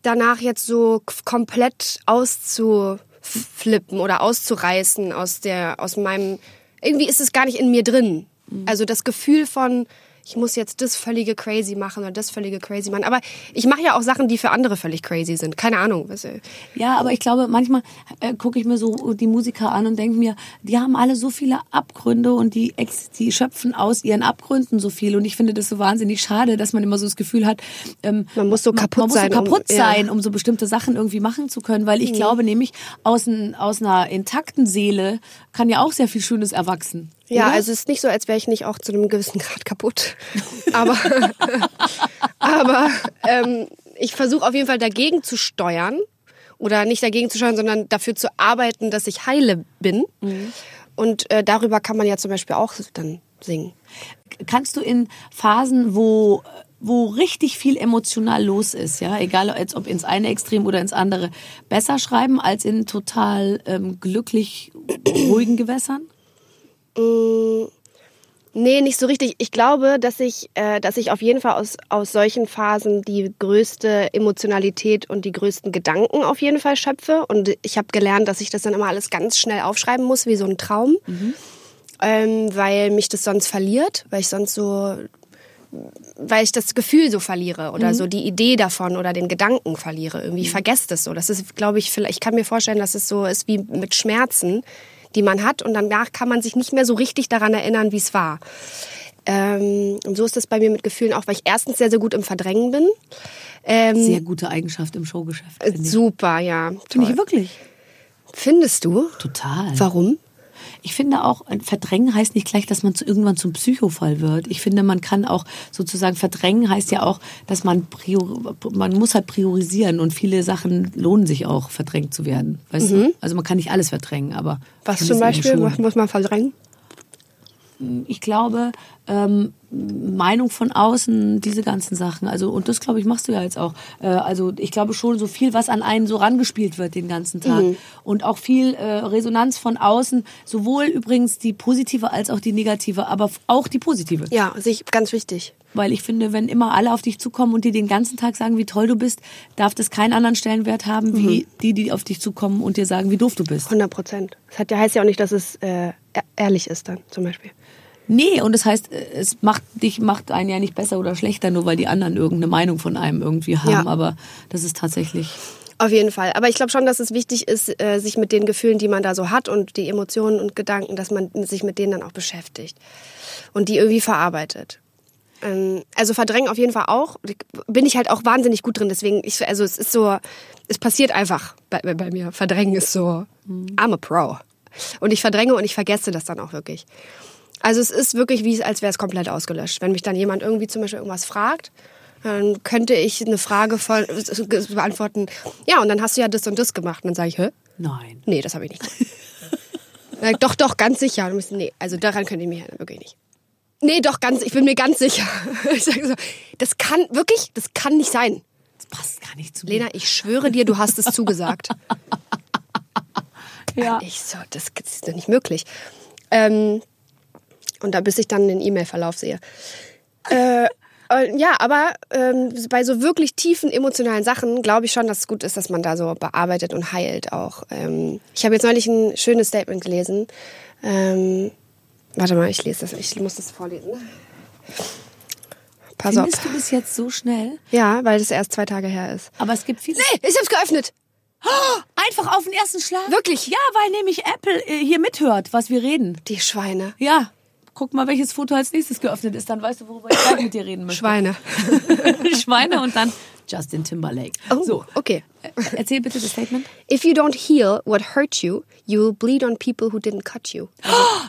Speaker 4: danach jetzt so k- komplett auszuflippen oder auszureißen aus der aus meinem irgendwie ist es gar nicht in mir drin. Also das Gefühl von ich muss jetzt das völlige crazy machen oder das völlige crazy machen, aber ich mache ja auch Sachen, die für andere völlig crazy sind. Keine Ahnung, weißt du.
Speaker 2: Ja, aber ich glaube, manchmal äh, gucke ich mir so die Musiker an und denke mir, die haben alle so viele Abgründe und die, ex die schöpfen aus ihren Abgründen so viel. Und ich finde das so wahnsinnig schade, dass man immer so das Gefühl hat, ähm,
Speaker 4: Man muss so kaputt
Speaker 2: man muss so
Speaker 4: sein, um-
Speaker 2: kaputt
Speaker 4: ja. Mhm.
Speaker 2: sein, um so bestimmte Sachen irgendwie machen zu können. Weil ich glaube nämlich, aus, n, aus einer intakten Seele kann ja auch sehr viel Schönes erwachsen.
Speaker 4: Ja,
Speaker 2: oder?
Speaker 4: also es ist nicht so, als wäre ich nicht auch zu einem gewissen Grad kaputt. <laughs> Aber, aber ähm, ich versuche auf jeden Fall dagegen zu steuern. Oder nicht dagegen zu steuern, sondern dafür zu arbeiten, dass ich heile bin. Und äh, darüber kann man ja zum Beispiel auch dann singen.
Speaker 2: kannst du in Phasen, wo wo richtig viel emotional los ist, ja, egal als ob ins eine Extrem oder ins andere, besser schreiben als in total ähm, glücklich ruhigen Gewässern?
Speaker 4: Nee, nicht so richtig. Ich glaube, dass ich, äh, dass ich auf jeden Fall aus, aus solchen Phasen die größte Emotionalität und die größten Gedanken auf jeden Fall schöpfe. Und ich habe gelernt, dass ich das dann immer alles ganz schnell aufschreiben muss, wie so ein Traum. Ähm, weil mich das sonst verliert, weil ich sonst so weil ich das Gefühl so verliere oder so die Idee davon oder den Gedanken verliere. Irgendwie ich vergesse das so. Das ist, glaube ich, vielleicht, ich kann mir vorstellen, dass es so ist wie mit Schmerzen, die man hat und danach kann man sich nicht mehr so richtig daran erinnern, wie es war. Ähm, und so ist das bei mir mit Gefühlen auch, weil ich erstens sehr, sehr gut im Verdrängen bin. Ähm,
Speaker 2: Sehr gute Eigenschaft im Showgeschäft. Finde ich.
Speaker 4: super, ja.
Speaker 5: Äh, Finde ich
Speaker 4: Toll.
Speaker 5: wirklich.
Speaker 4: Findest du?
Speaker 2: Total.
Speaker 4: Warum?
Speaker 2: Ich finde auch, äh, verdrängen heißt nicht gleich, dass man zu, irgendwann zum Psychofall wird. Ich finde, man kann auch sozusagen verdrängen heißt ja auch, dass man prior, man muss halt priorisieren und viele Sachen lohnen sich auch, verdrängt zu werden. Weißt du? Also man kann nicht alles verdrängen, aber
Speaker 4: Mhm. Was
Speaker 2: vieles
Speaker 4: zum
Speaker 2: eben
Speaker 4: Beispiel?
Speaker 2: schon.
Speaker 4: Was muss man verdrängen?
Speaker 2: Ich glaube, ähm, Meinung von außen, diese ganzen Sachen. Also, und das, glaube ich, machst du ja jetzt auch. Äh, also, ich glaube schon so viel, was an einen so rangespielt wird den ganzen Tag. Und auch viel äh, Resonanz von außen, sowohl übrigens die positive als auch die negative, aber f- auch die positive.
Speaker 4: Ja, sich ganz wichtig.
Speaker 2: Weil ich finde, wenn immer alle auf dich zukommen und dir den ganzen Tag sagen, wie toll du bist, darf das keinen anderen Stellenwert haben, wie die, die auf dich zukommen und dir sagen, wie doof du bist.
Speaker 4: 100 Prozent. Das hat, ja- heißt ja auch nicht, dass es äh, ehr- ehrlich ist dann zum Beispiel.
Speaker 2: Nee, und das heißt, es macht dich macht einen ja nicht besser oder schlechter, nur weil die anderen irgendeine Meinung von einem irgendwie haben.
Speaker 4: Ja.
Speaker 2: Aber das ist tatsächlich.
Speaker 4: Auf jeden Fall. Aber ich glaube schon, dass es wichtig ist, äh, sich mit den Gefühlen, die man da so hat und die Emotionen und Gedanken, dass man sich mit denen dann auch beschäftigt und die irgendwie verarbeitet. Ähm, Also verdrängen auf jeden Fall auch. Bin ich halt auch wahnsinnig gut drin. Deswegen, ich, also es ist so, es passiert einfach bei, bei- bei mir. Verdrängen ist so, I'm a pro. Und ich verdränge und ich vergesse das dann auch wirklich. Also es ist wirklich, wie es, als wäre es komplett ausgelöscht. Wenn mich dann jemand irgendwie zum Beispiel irgendwas fragt, dann könnte ich eine Frage voll, äh, beantworten, ja, und dann hast du ja das und das gemacht. Und dann sage ich, hä?
Speaker 2: Nein.
Speaker 4: Nee, das habe ich nicht. Dann sag ich, doch, doch, ganz sicher. Und ich, nee, also daran könnte ich mich erinnern, wirklich nicht. Nee, doch, ganz, ich bin mir ganz sicher. <laughs> Ich sage so, das kann, wirklich, das kann nicht sein.
Speaker 2: Das passt gar nicht zu
Speaker 4: Lena, ich schwöre dir, du hast es zugesagt.
Speaker 2: mir. Ja.
Speaker 4: Ich so, das ist doch nicht möglich. Ähm, und da bis ich dann den E-Mail-Verlauf sehe. Äh, <laughs> äh, ja, aber ähm, bei so wirklich tiefen emotionalen Sachen glaube ich schon, dass es gut ist, dass man da so bearbeitet und heilt auch. Ähm, ich habe jetzt neulich ein schönes Statement gelesen. Ähm, warte mal, ich lese das. Ich muss das vorlesen. Pass auf.
Speaker 2: Findest du bis jetzt so schnell?
Speaker 4: Ja, weil das erst zwei Tage her ist.
Speaker 2: Aber es gibt viele.
Speaker 4: Nee, ich hab's geöffnet.
Speaker 2: Einfach auf den ersten Schlag.
Speaker 4: Wirklich?
Speaker 2: Ja, weil nämlich Apple äh, hier mithört, was wir reden.
Speaker 4: Die Schweine.
Speaker 2: Ja. Guck mal, welches Foto als nächstes geöffnet ist, dann weißt du, worüber ich gleich mit dir reden möchte.
Speaker 4: Schweine.
Speaker 2: <laughs> Schweine und dann Justin Timberlake.
Speaker 4: Oh,
Speaker 2: So, Äh,
Speaker 4: okay.
Speaker 2: erzähl bitte das Statement.
Speaker 4: If you don't heal what hurt you, you will bleed on people who didn't cut you.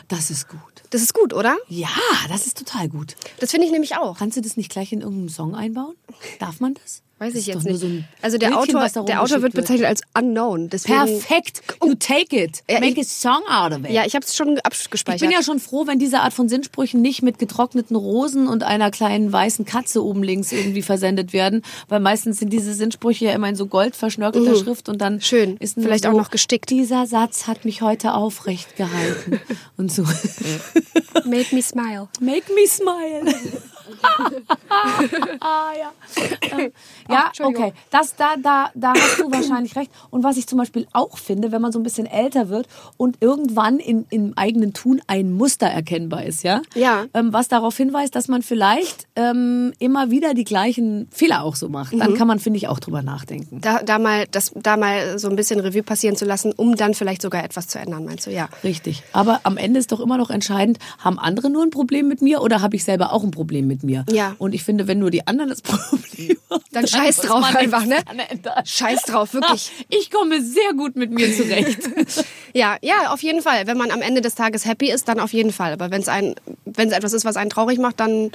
Speaker 2: Das ist gut.
Speaker 4: Das ist gut, oder?
Speaker 2: Ja, das ist total gut.
Speaker 4: Das finde ich nämlich auch.
Speaker 2: Kannst du das nicht gleich in irgendeinem Song einbauen? Darf man das?
Speaker 4: <laughs> Weiß
Speaker 2: Das
Speaker 4: ich
Speaker 2: ist doch
Speaker 4: jetzt
Speaker 2: nur
Speaker 4: nicht.
Speaker 2: so ein
Speaker 4: also der
Speaker 2: Bildchen, was da
Speaker 4: Autor, der Autor wird
Speaker 2: rumgeschickt
Speaker 4: bezeichnet als unknown. Deswegen,
Speaker 2: Perfekt. You take it.
Speaker 4: Ja,
Speaker 2: Make
Speaker 4: ich-
Speaker 2: a song out of it.
Speaker 4: Ja, ich habe es schon
Speaker 2: ich
Speaker 4: abgespeichert.
Speaker 2: bin ja schon froh, wenn diese Art von Sinnsprüchen nicht mit getrockneten Rosen und einer kleinen weißen Katze oben links irgendwie versendet werden, weil meistens sind diese Sinnsprüche ja immer in so gold verschnörkelter Schrift und dann
Speaker 4: Uh. Schön.
Speaker 2: ist nur
Speaker 4: Vielleicht
Speaker 2: so,
Speaker 4: auch noch gestickt.
Speaker 2: Dieser Satz hat mich heute aufrecht
Speaker 4: <laughs>
Speaker 2: gehalten und so.
Speaker 4: Made me smile.
Speaker 2: Make me smile. <laughs> ah, ja, ähm, ja
Speaker 4: Entschuldigung.
Speaker 2: okay. Das, da, da, da hast du wahrscheinlich recht. Und was ich zum Beispiel auch finde, wenn man so ein bisschen älter wird und irgendwann in, im eigenen Tun ein Muster erkennbar ist, ja?
Speaker 4: Ja.
Speaker 2: Ähm, was darauf hinweist, dass man vielleicht ähm, immer wieder die gleichen Fehler auch so macht. Dann kann man, finde ich, auch drüber nachdenken.
Speaker 4: Da, da, mal, das, da mal so ein bisschen Revue passieren zu lassen, um dann vielleicht sogar etwas zu ändern, meinst du? Ja.
Speaker 2: Richtig. Aber am Ende ist doch immer noch entscheidend, haben andere nur ein Problem mit mir oder habe ich selber auch ein Problem mit mir?
Speaker 4: Ja.
Speaker 2: Und ich finde, wenn nur die anderen das <laughs> Problem haben,
Speaker 4: Dann scheiß
Speaker 2: muss
Speaker 4: drauf
Speaker 2: man
Speaker 4: einfach,
Speaker 2: nichts
Speaker 4: ne?
Speaker 2: dran ändern. Ah,
Speaker 4: Scheiß drauf, wirklich.
Speaker 2: Ich komme sehr gut mit mir zurecht.
Speaker 4: <laughs> Ja, ja, auf jeden Fall. Wenn man am Ende des Tages happy ist, dann auf jeden Fall. Aber wenn es ein, wenn es etwas ist, was einen traurig macht, dann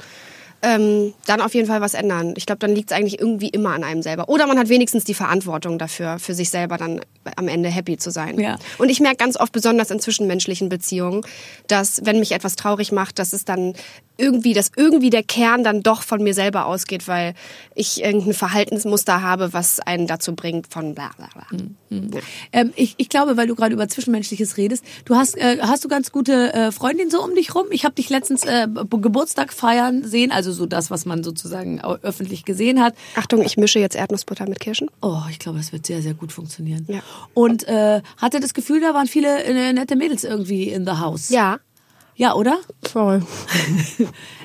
Speaker 4: ähm, dann auf jeden Fall was ändern. Ich glaube, dann liegt es eigentlich irgendwie immer an einem selber. Oder man hat wenigstens die Verantwortung dafür, für sich selber dann am Ende happy zu sein.
Speaker 2: Ja.
Speaker 4: Und ich merke ganz oft, besonders in zwischenmenschlichen Beziehungen, dass wenn mich etwas traurig macht, dass es dann irgendwie, dass irgendwie der Kern dann doch von mir selber ausgeht, weil ich irgendein Verhaltensmuster habe, was einen dazu bringt von bla bla bla.
Speaker 2: ähm, ich, ich glaube, weil du gerade über Zwischenmenschliches redest, du hast, äh, hast du ganz gute äh, Freundin so um dich rum. Ich habe dich letztens äh, B- Geburtstag feiern sehen, also so das, was man sozusagen au- öffentlich gesehen hat.
Speaker 4: Achtung, ich mische jetzt Erdnussbutter mit Kirschen.
Speaker 2: Oh, ich glaube, das wird sehr, sehr gut funktionieren.
Speaker 4: Ja.
Speaker 2: Und äh, hatte das Gefühl, da waren viele äh, nette Mädels irgendwie in the house.
Speaker 4: Ja.
Speaker 2: Ja, oder?
Speaker 4: Voll.
Speaker 2: <laughs>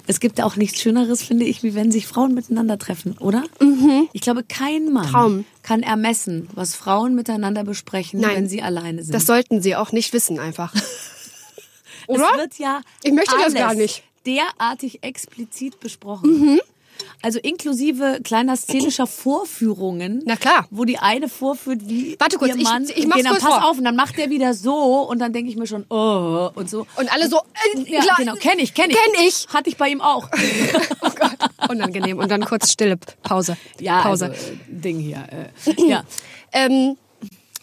Speaker 2: Es gibt auch nichts Schöneres, finde ich, wie wenn sich Frauen miteinander treffen, oder? Ich glaube, kein Mann
Speaker 4: Mhm. Traum.
Speaker 2: kann ermessen, was Frauen miteinander besprechen,
Speaker 4: Nein.
Speaker 2: wenn sie alleine sind.
Speaker 4: Das sollten sie auch nicht wissen einfach. Oder?
Speaker 2: Es wird ja
Speaker 4: Ich möchte das
Speaker 2: alles
Speaker 4: gar nicht.
Speaker 2: derartig explizit besprochen. Also inklusive kleiner szenischer Vorführungen.
Speaker 4: Na klar.
Speaker 2: Wo die eine vorführt, wie
Speaker 4: Warte kurz,
Speaker 2: ihr
Speaker 4: ich-
Speaker 2: Mann.
Speaker 4: ich mach's
Speaker 2: okay, dann
Speaker 4: kurz
Speaker 2: pass
Speaker 4: vor.
Speaker 2: auf, und dann macht der wieder so und dann denke ich mir schon, oh, und so.
Speaker 4: <laughs> Und alle so, äh,
Speaker 2: ja,
Speaker 4: klar,
Speaker 2: genau, kenne ich, kenne ich.
Speaker 4: Kenn ich.
Speaker 2: Hatte ich bei ihm auch.
Speaker 4: <laughs> Oh Gott, unangenehm. Und dann kurz stille Pause.
Speaker 2: Ja,
Speaker 4: Pause.
Speaker 2: Also, äh, Ding hier.
Speaker 4: <clears throat>
Speaker 2: Äh, ja.
Speaker 4: Ähm,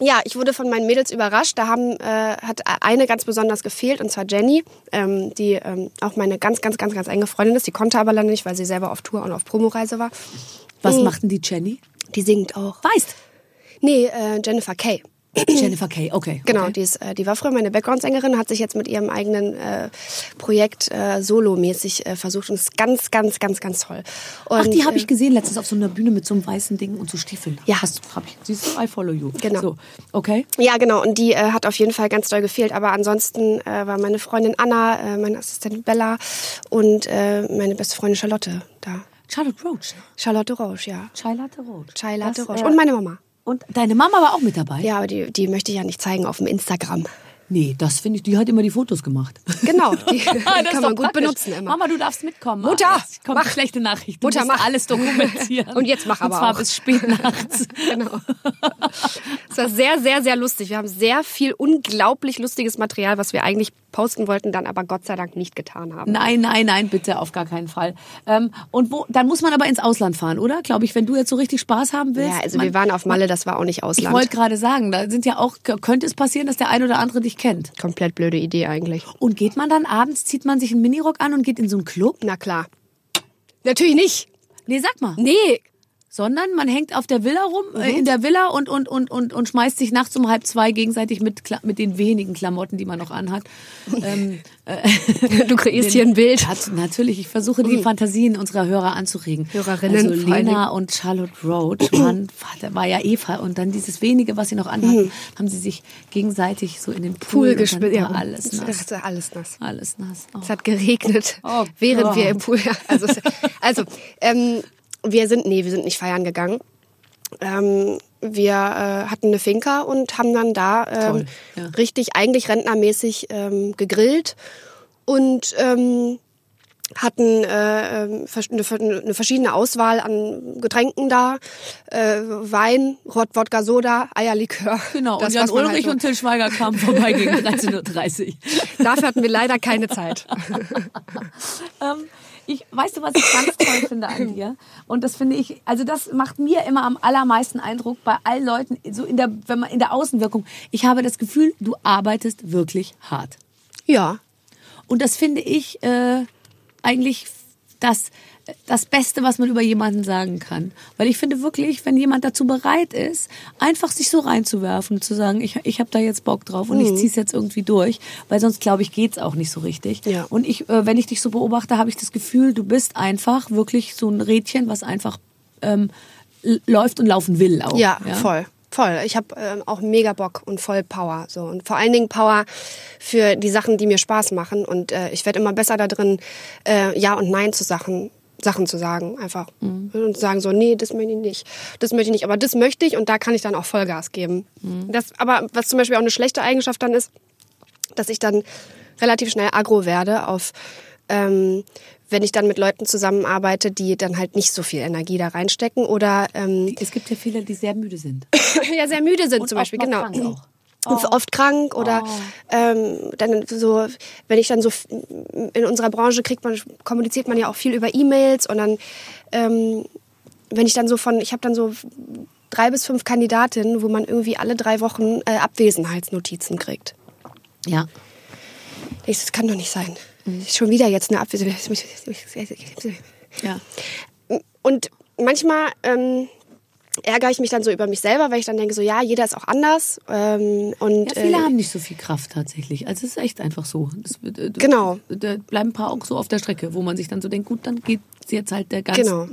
Speaker 4: ja, ich wurde von meinen Mädels überrascht. Da haben, äh, hat eine ganz besonders gefehlt, und zwar Jenny, ähm, die ähm, auch meine ganz, ganz, ganz, ganz enge Freundin ist. Die konnte aber leider nicht, weil sie selber auf Tour und auf Promoreise war.
Speaker 2: Was
Speaker 4: Mhm.
Speaker 2: macht denn die Jenny?
Speaker 4: Die singt auch.
Speaker 2: Weißt.
Speaker 4: Nee, äh, Jennifer Kay.
Speaker 2: Jennifer Kay, okay.
Speaker 4: Genau,
Speaker 2: okay.
Speaker 4: die, ist, äh, die war früher meine Background-Sängerin, hat sich jetzt mit ihrem eigenen äh, Projekt äh, solomäßig äh, versucht und ist ganz, ganz, ganz, ganz toll. Und,
Speaker 2: Ach, die habe ich
Speaker 4: äh,
Speaker 2: gesehen letztens auf so einer Bühne mit so einem weißen Ding und so Stiefeln.
Speaker 4: Ja.
Speaker 2: Hast, du- hab ich, siehst du, I follow you.
Speaker 4: Genau.
Speaker 2: So, okay.
Speaker 4: ja, genau. Und die äh, hat auf jeden Fall ganz doll gefehlt. Aber ansonsten äh, war meine Freundin Anna, äh, meine Assistentin Bella und äh, meine beste Freundin Charlotte da.
Speaker 2: Charlotte Roach.
Speaker 4: Charlotte Roche, ja.
Speaker 2: Chai Latte Roach.
Speaker 4: Chai Latte
Speaker 2: Das,
Speaker 4: Roche.
Speaker 2: äh,
Speaker 4: Und meine Mama.
Speaker 2: Und deine Mama war auch mit dabei?
Speaker 4: Ja, aber die, die möchte ich ja nicht zeigen auf dem Instagram.
Speaker 2: Nee, das finde ich, die hat immer die Fotos gemacht.
Speaker 4: Genau, die <laughs>
Speaker 2: Ah, <laughs> das ist
Speaker 4: kann
Speaker 2: doch
Speaker 4: man gut
Speaker 2: praktisch.
Speaker 4: benutzen immer.
Speaker 2: Mama, du darfst mitkommen.
Speaker 4: Mutter,
Speaker 2: Ah, jetzt kommt
Speaker 4: mach.
Speaker 2: eine schlechte Nachricht. Du
Speaker 4: Mutter,
Speaker 2: musst
Speaker 4: mach.
Speaker 2: alles dokumentieren.
Speaker 4: <laughs> Und jetzt mach aber
Speaker 2: Und zwar
Speaker 4: auch.
Speaker 2: bis spät nachts.
Speaker 4: <laughs> Genau. Es war sehr, sehr, sehr lustig. Wir haben sehr viel unglaublich lustiges Material, was wir eigentlich posten wollten, dann aber Gott sei Dank nicht getan haben.
Speaker 2: Nein, nein, nein, bitte, auf gar keinen Fall. Ähm, und wo, dann muss man aber ins Ausland fahren, oder? Glaube ich, wenn du jetzt so richtig Spaß haben willst.
Speaker 4: Ja, also
Speaker 2: man,
Speaker 4: wir waren auf Malle, das war auch nicht
Speaker 2: Ich
Speaker 4: Ausland.
Speaker 2: wollte gerade sagen, da sind ja auch, könnte es passieren, dass der ein oder andere dich kennt.
Speaker 4: Komplett blöde Idee eigentlich.
Speaker 2: Und geht man dann abends, zieht man sich einen Minirock an und geht in so einen Club?
Speaker 4: Na klar. Natürlich nicht.
Speaker 2: Nee, sag mal.
Speaker 4: Nee.
Speaker 2: Sondern man hängt auf der Villa rum,
Speaker 4: Mhm.
Speaker 2: äh, in der Villa und, und, und, und, und schmeißt sich nachts um halb zwei gegenseitig mit, Kla- mit den wenigen Klamotten, die man noch
Speaker 4: <laughs>
Speaker 2: anhat. Ähm, äh,
Speaker 4: Du kreierst hier ein Bild. Mhm.
Speaker 2: Nat natürlich, ich versuche die Fantasien unserer Hörer anzuregen.
Speaker 4: Hörerinnen
Speaker 2: Also
Speaker 4: vor allen
Speaker 2: Lena und Charlotte Roach
Speaker 4: <clears throat>
Speaker 2: waren, Vater, war ja Eva und dann dieses wenige, was sie noch anhatten, haben sie sich gegenseitig so in den Pool,
Speaker 4: Mhm. Pool
Speaker 2: und dann
Speaker 4: gespielt.
Speaker 2: war alles nass.
Speaker 4: Ja, alles nass.
Speaker 2: Alles nass. Oh.
Speaker 4: Es hat geregnet,
Speaker 2: Oh
Speaker 4: während wir
Speaker 2: Gott.
Speaker 4: im Pool. Also, es- also ähm, wir sind, nee, wir sind nicht feiern gegangen. Ähm, wir äh, hatten eine Finca und haben dann da ähm,
Speaker 2: Toll, ja.
Speaker 4: richtig, eigentlich rentnermäßig ähm, gegrillt und ähm, hatten äh, ähm, vers- eine, ver- eine verschiedene Auswahl an Getränken da. Äh, Wein, Rot Wodka Soda, Eierlikör.
Speaker 2: Genau,
Speaker 4: Das,
Speaker 2: und Jan
Speaker 4: was man
Speaker 2: Ulrich
Speaker 4: halt so-
Speaker 2: und Till Schweiger kamen vorbei gegen
Speaker 4: <laughs>
Speaker 2: 13.30 Uhr.
Speaker 4: Dafür hatten wir leider
Speaker 2: <laughs>
Speaker 4: keine Zeit.
Speaker 2: ähm, ich, weißt du, was ich ganz toll finde an dir? Und das finde ich, also das macht mir immer am allermeisten Eindruck bei all Leuten, so in der, wenn man in der Außenwirkung. Ich habe das Gefühl, du arbeitest wirklich hart.
Speaker 4: Ja,
Speaker 2: Und das finde ich äh, eigentlich das, das Beste, was man über jemanden sagen kann. Weil ich finde wirklich, wenn jemand dazu bereit ist, einfach sich so reinzuwerfen und zu sagen, ich, ich habe da jetzt Bock drauf und
Speaker 4: Mhm.
Speaker 2: ich ziehe es jetzt irgendwie durch, weil sonst, glaube ich, geht's auch nicht so richtig.
Speaker 4: Ja.
Speaker 2: Und ich, äh, wenn ich dich so beobachte, habe ich das Gefühl, du bist einfach wirklich so ein Rädchen, was einfach ähm, l- läuft und laufen will auch.
Speaker 4: Ja, voll. Voll. Ich habe ähm, auch mega Bock und voll Power. So. Und vor allen Dingen Power für die Sachen, die mir Spaß machen. Und äh, ich werde immer besser da drin, äh, Ja und Nein zu Sachen, Sachen zu sagen. Einfach. Und zu sagen so, nee, das möchte ich nicht. Das möchte ich nicht. Aber das möchte ich und da kann ich dann auch Vollgas geben. Das, aber was zum Beispiel auch eine schlechte Eigenschaft dann ist, dass ich dann relativ schnell aggro werde auf, ähm, wenn ich dann mit Leuten zusammenarbeite, die dann halt nicht so viel Energie da reinstecken oder ähm,
Speaker 2: Es gibt ja viele, die sehr müde sind.
Speaker 4: <laughs> ja sehr müde sind
Speaker 2: Und
Speaker 4: zum Beispiel,
Speaker 2: oft
Speaker 4: genau.
Speaker 2: mal krank auch. Oh.
Speaker 4: Und oft krank oder ähm, dann so, wenn ich dann so f- in unserer Branche kriegt man, kommuniziert man ja auch viel über E-Mails und dann, ähm, wenn ich dann so von, ich habe dann so drei bis fünf Kandidatinnen, wo man irgendwie alle drei Wochen äh, Abwesenheitsnotizen kriegt.
Speaker 2: Ja.
Speaker 4: Ich, so, das kann doch nicht sein.
Speaker 2: Mhm.
Speaker 4: Schon wieder jetzt eine Abwesenheit.
Speaker 2: ja.
Speaker 4: Und manchmal ähm, ärgere ich mich dann so über mich selber, weil ich dann denke, so ja, jeder ist auch anders. Ähm, und
Speaker 2: Ja, viele
Speaker 4: äh,
Speaker 2: haben nicht so viel Kraft tatsächlich. Also es ist echt einfach so. Das, äh,
Speaker 4: Genau.
Speaker 2: Da bleiben ein paar auch so auf der Strecke, wo man sich dann so denkt, gut, dann geht jetzt halt der ganz
Speaker 4: Genau.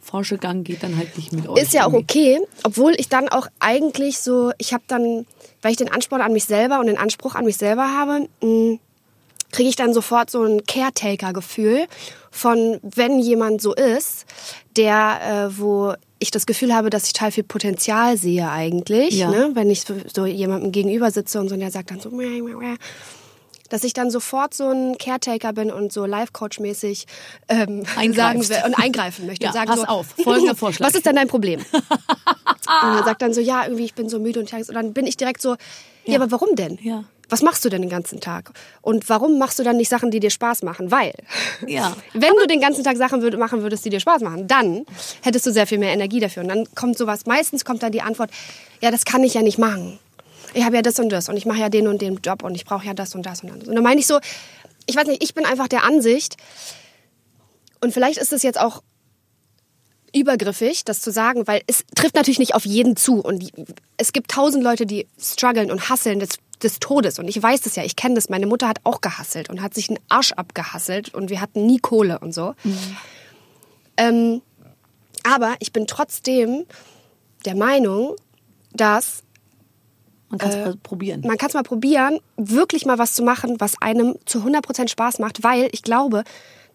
Speaker 2: forsche Gang geht dann halt nicht mit euch.
Speaker 4: ist ja auch
Speaker 2: irgendwie.
Speaker 4: okay, obwohl ich dann auch eigentlich so, ich habe dann, weil ich den Ansporn an mich selber und den Anspruch an mich selber habe, mh, hm, kriege ich dann sofort so ein Caretaker-Gefühl von, wenn jemand so ist, der, äh, wo ich das Gefühl habe, dass ich total viel Potenzial sehe eigentlich,
Speaker 2: Ja.
Speaker 4: ne? wenn ich so, so jemandem gegenüber sitze und so und der sagt dann so, "Mäh, mäh, mäh", dass ich dann sofort so ein Caretaker bin und so Life-Coach-mäßig ähm, <laughs>
Speaker 2: Eingreift.
Speaker 4: sagen will und eingreifen möchte.
Speaker 2: Ja,
Speaker 4: und sagen
Speaker 2: pass
Speaker 4: so,
Speaker 2: auf,
Speaker 4: <laughs>
Speaker 2: folgender Vorschlag.
Speaker 4: Was ist denn
Speaker 2: <laughs>
Speaker 4: dein Problem? und er sagt dann so, ja, irgendwie, ich bin so müde und tags. Und dann bin ich direkt so, ja, aber warum denn?
Speaker 2: Ja.
Speaker 4: Was machst du denn den ganzen Tag? Und warum machst du dann nicht Sachen, die dir Spaß machen? Weil,
Speaker 2: Ja.
Speaker 4: <laughs> wenn du den ganzen Tag Sachen würd, machen würdest, die dir Spaß machen, dann hättest du sehr viel mehr Energie dafür. Und dann kommt sowas, meistens kommt dann die Antwort, ja, das kann ich ja nicht machen. Ich habe ja das und das und ich mache ja den und den Job und ich brauche ja das und das und das. Und dann meine ich so, ich weiß nicht, ich bin einfach der Ansicht, und vielleicht ist es jetzt auch übergriffig, das zu sagen, weil es trifft natürlich nicht auf jeden zu. Und es gibt tausend Leute, die strugglen und hasseln des, des Todes. Und ich weiß das ja, ich kenne das. Meine Mutter hat auch gehasselt und hat sich einen Arsch abgehasselt und wir hatten nie Kohle und so. Ähm, aber ich bin trotzdem der Meinung, dass
Speaker 2: Man kann es
Speaker 4: Äh,
Speaker 2: probieren.
Speaker 4: man kann es mal probieren, wirklich mal was zu machen, was einem zu 100% Spaß macht, weil ich glaube,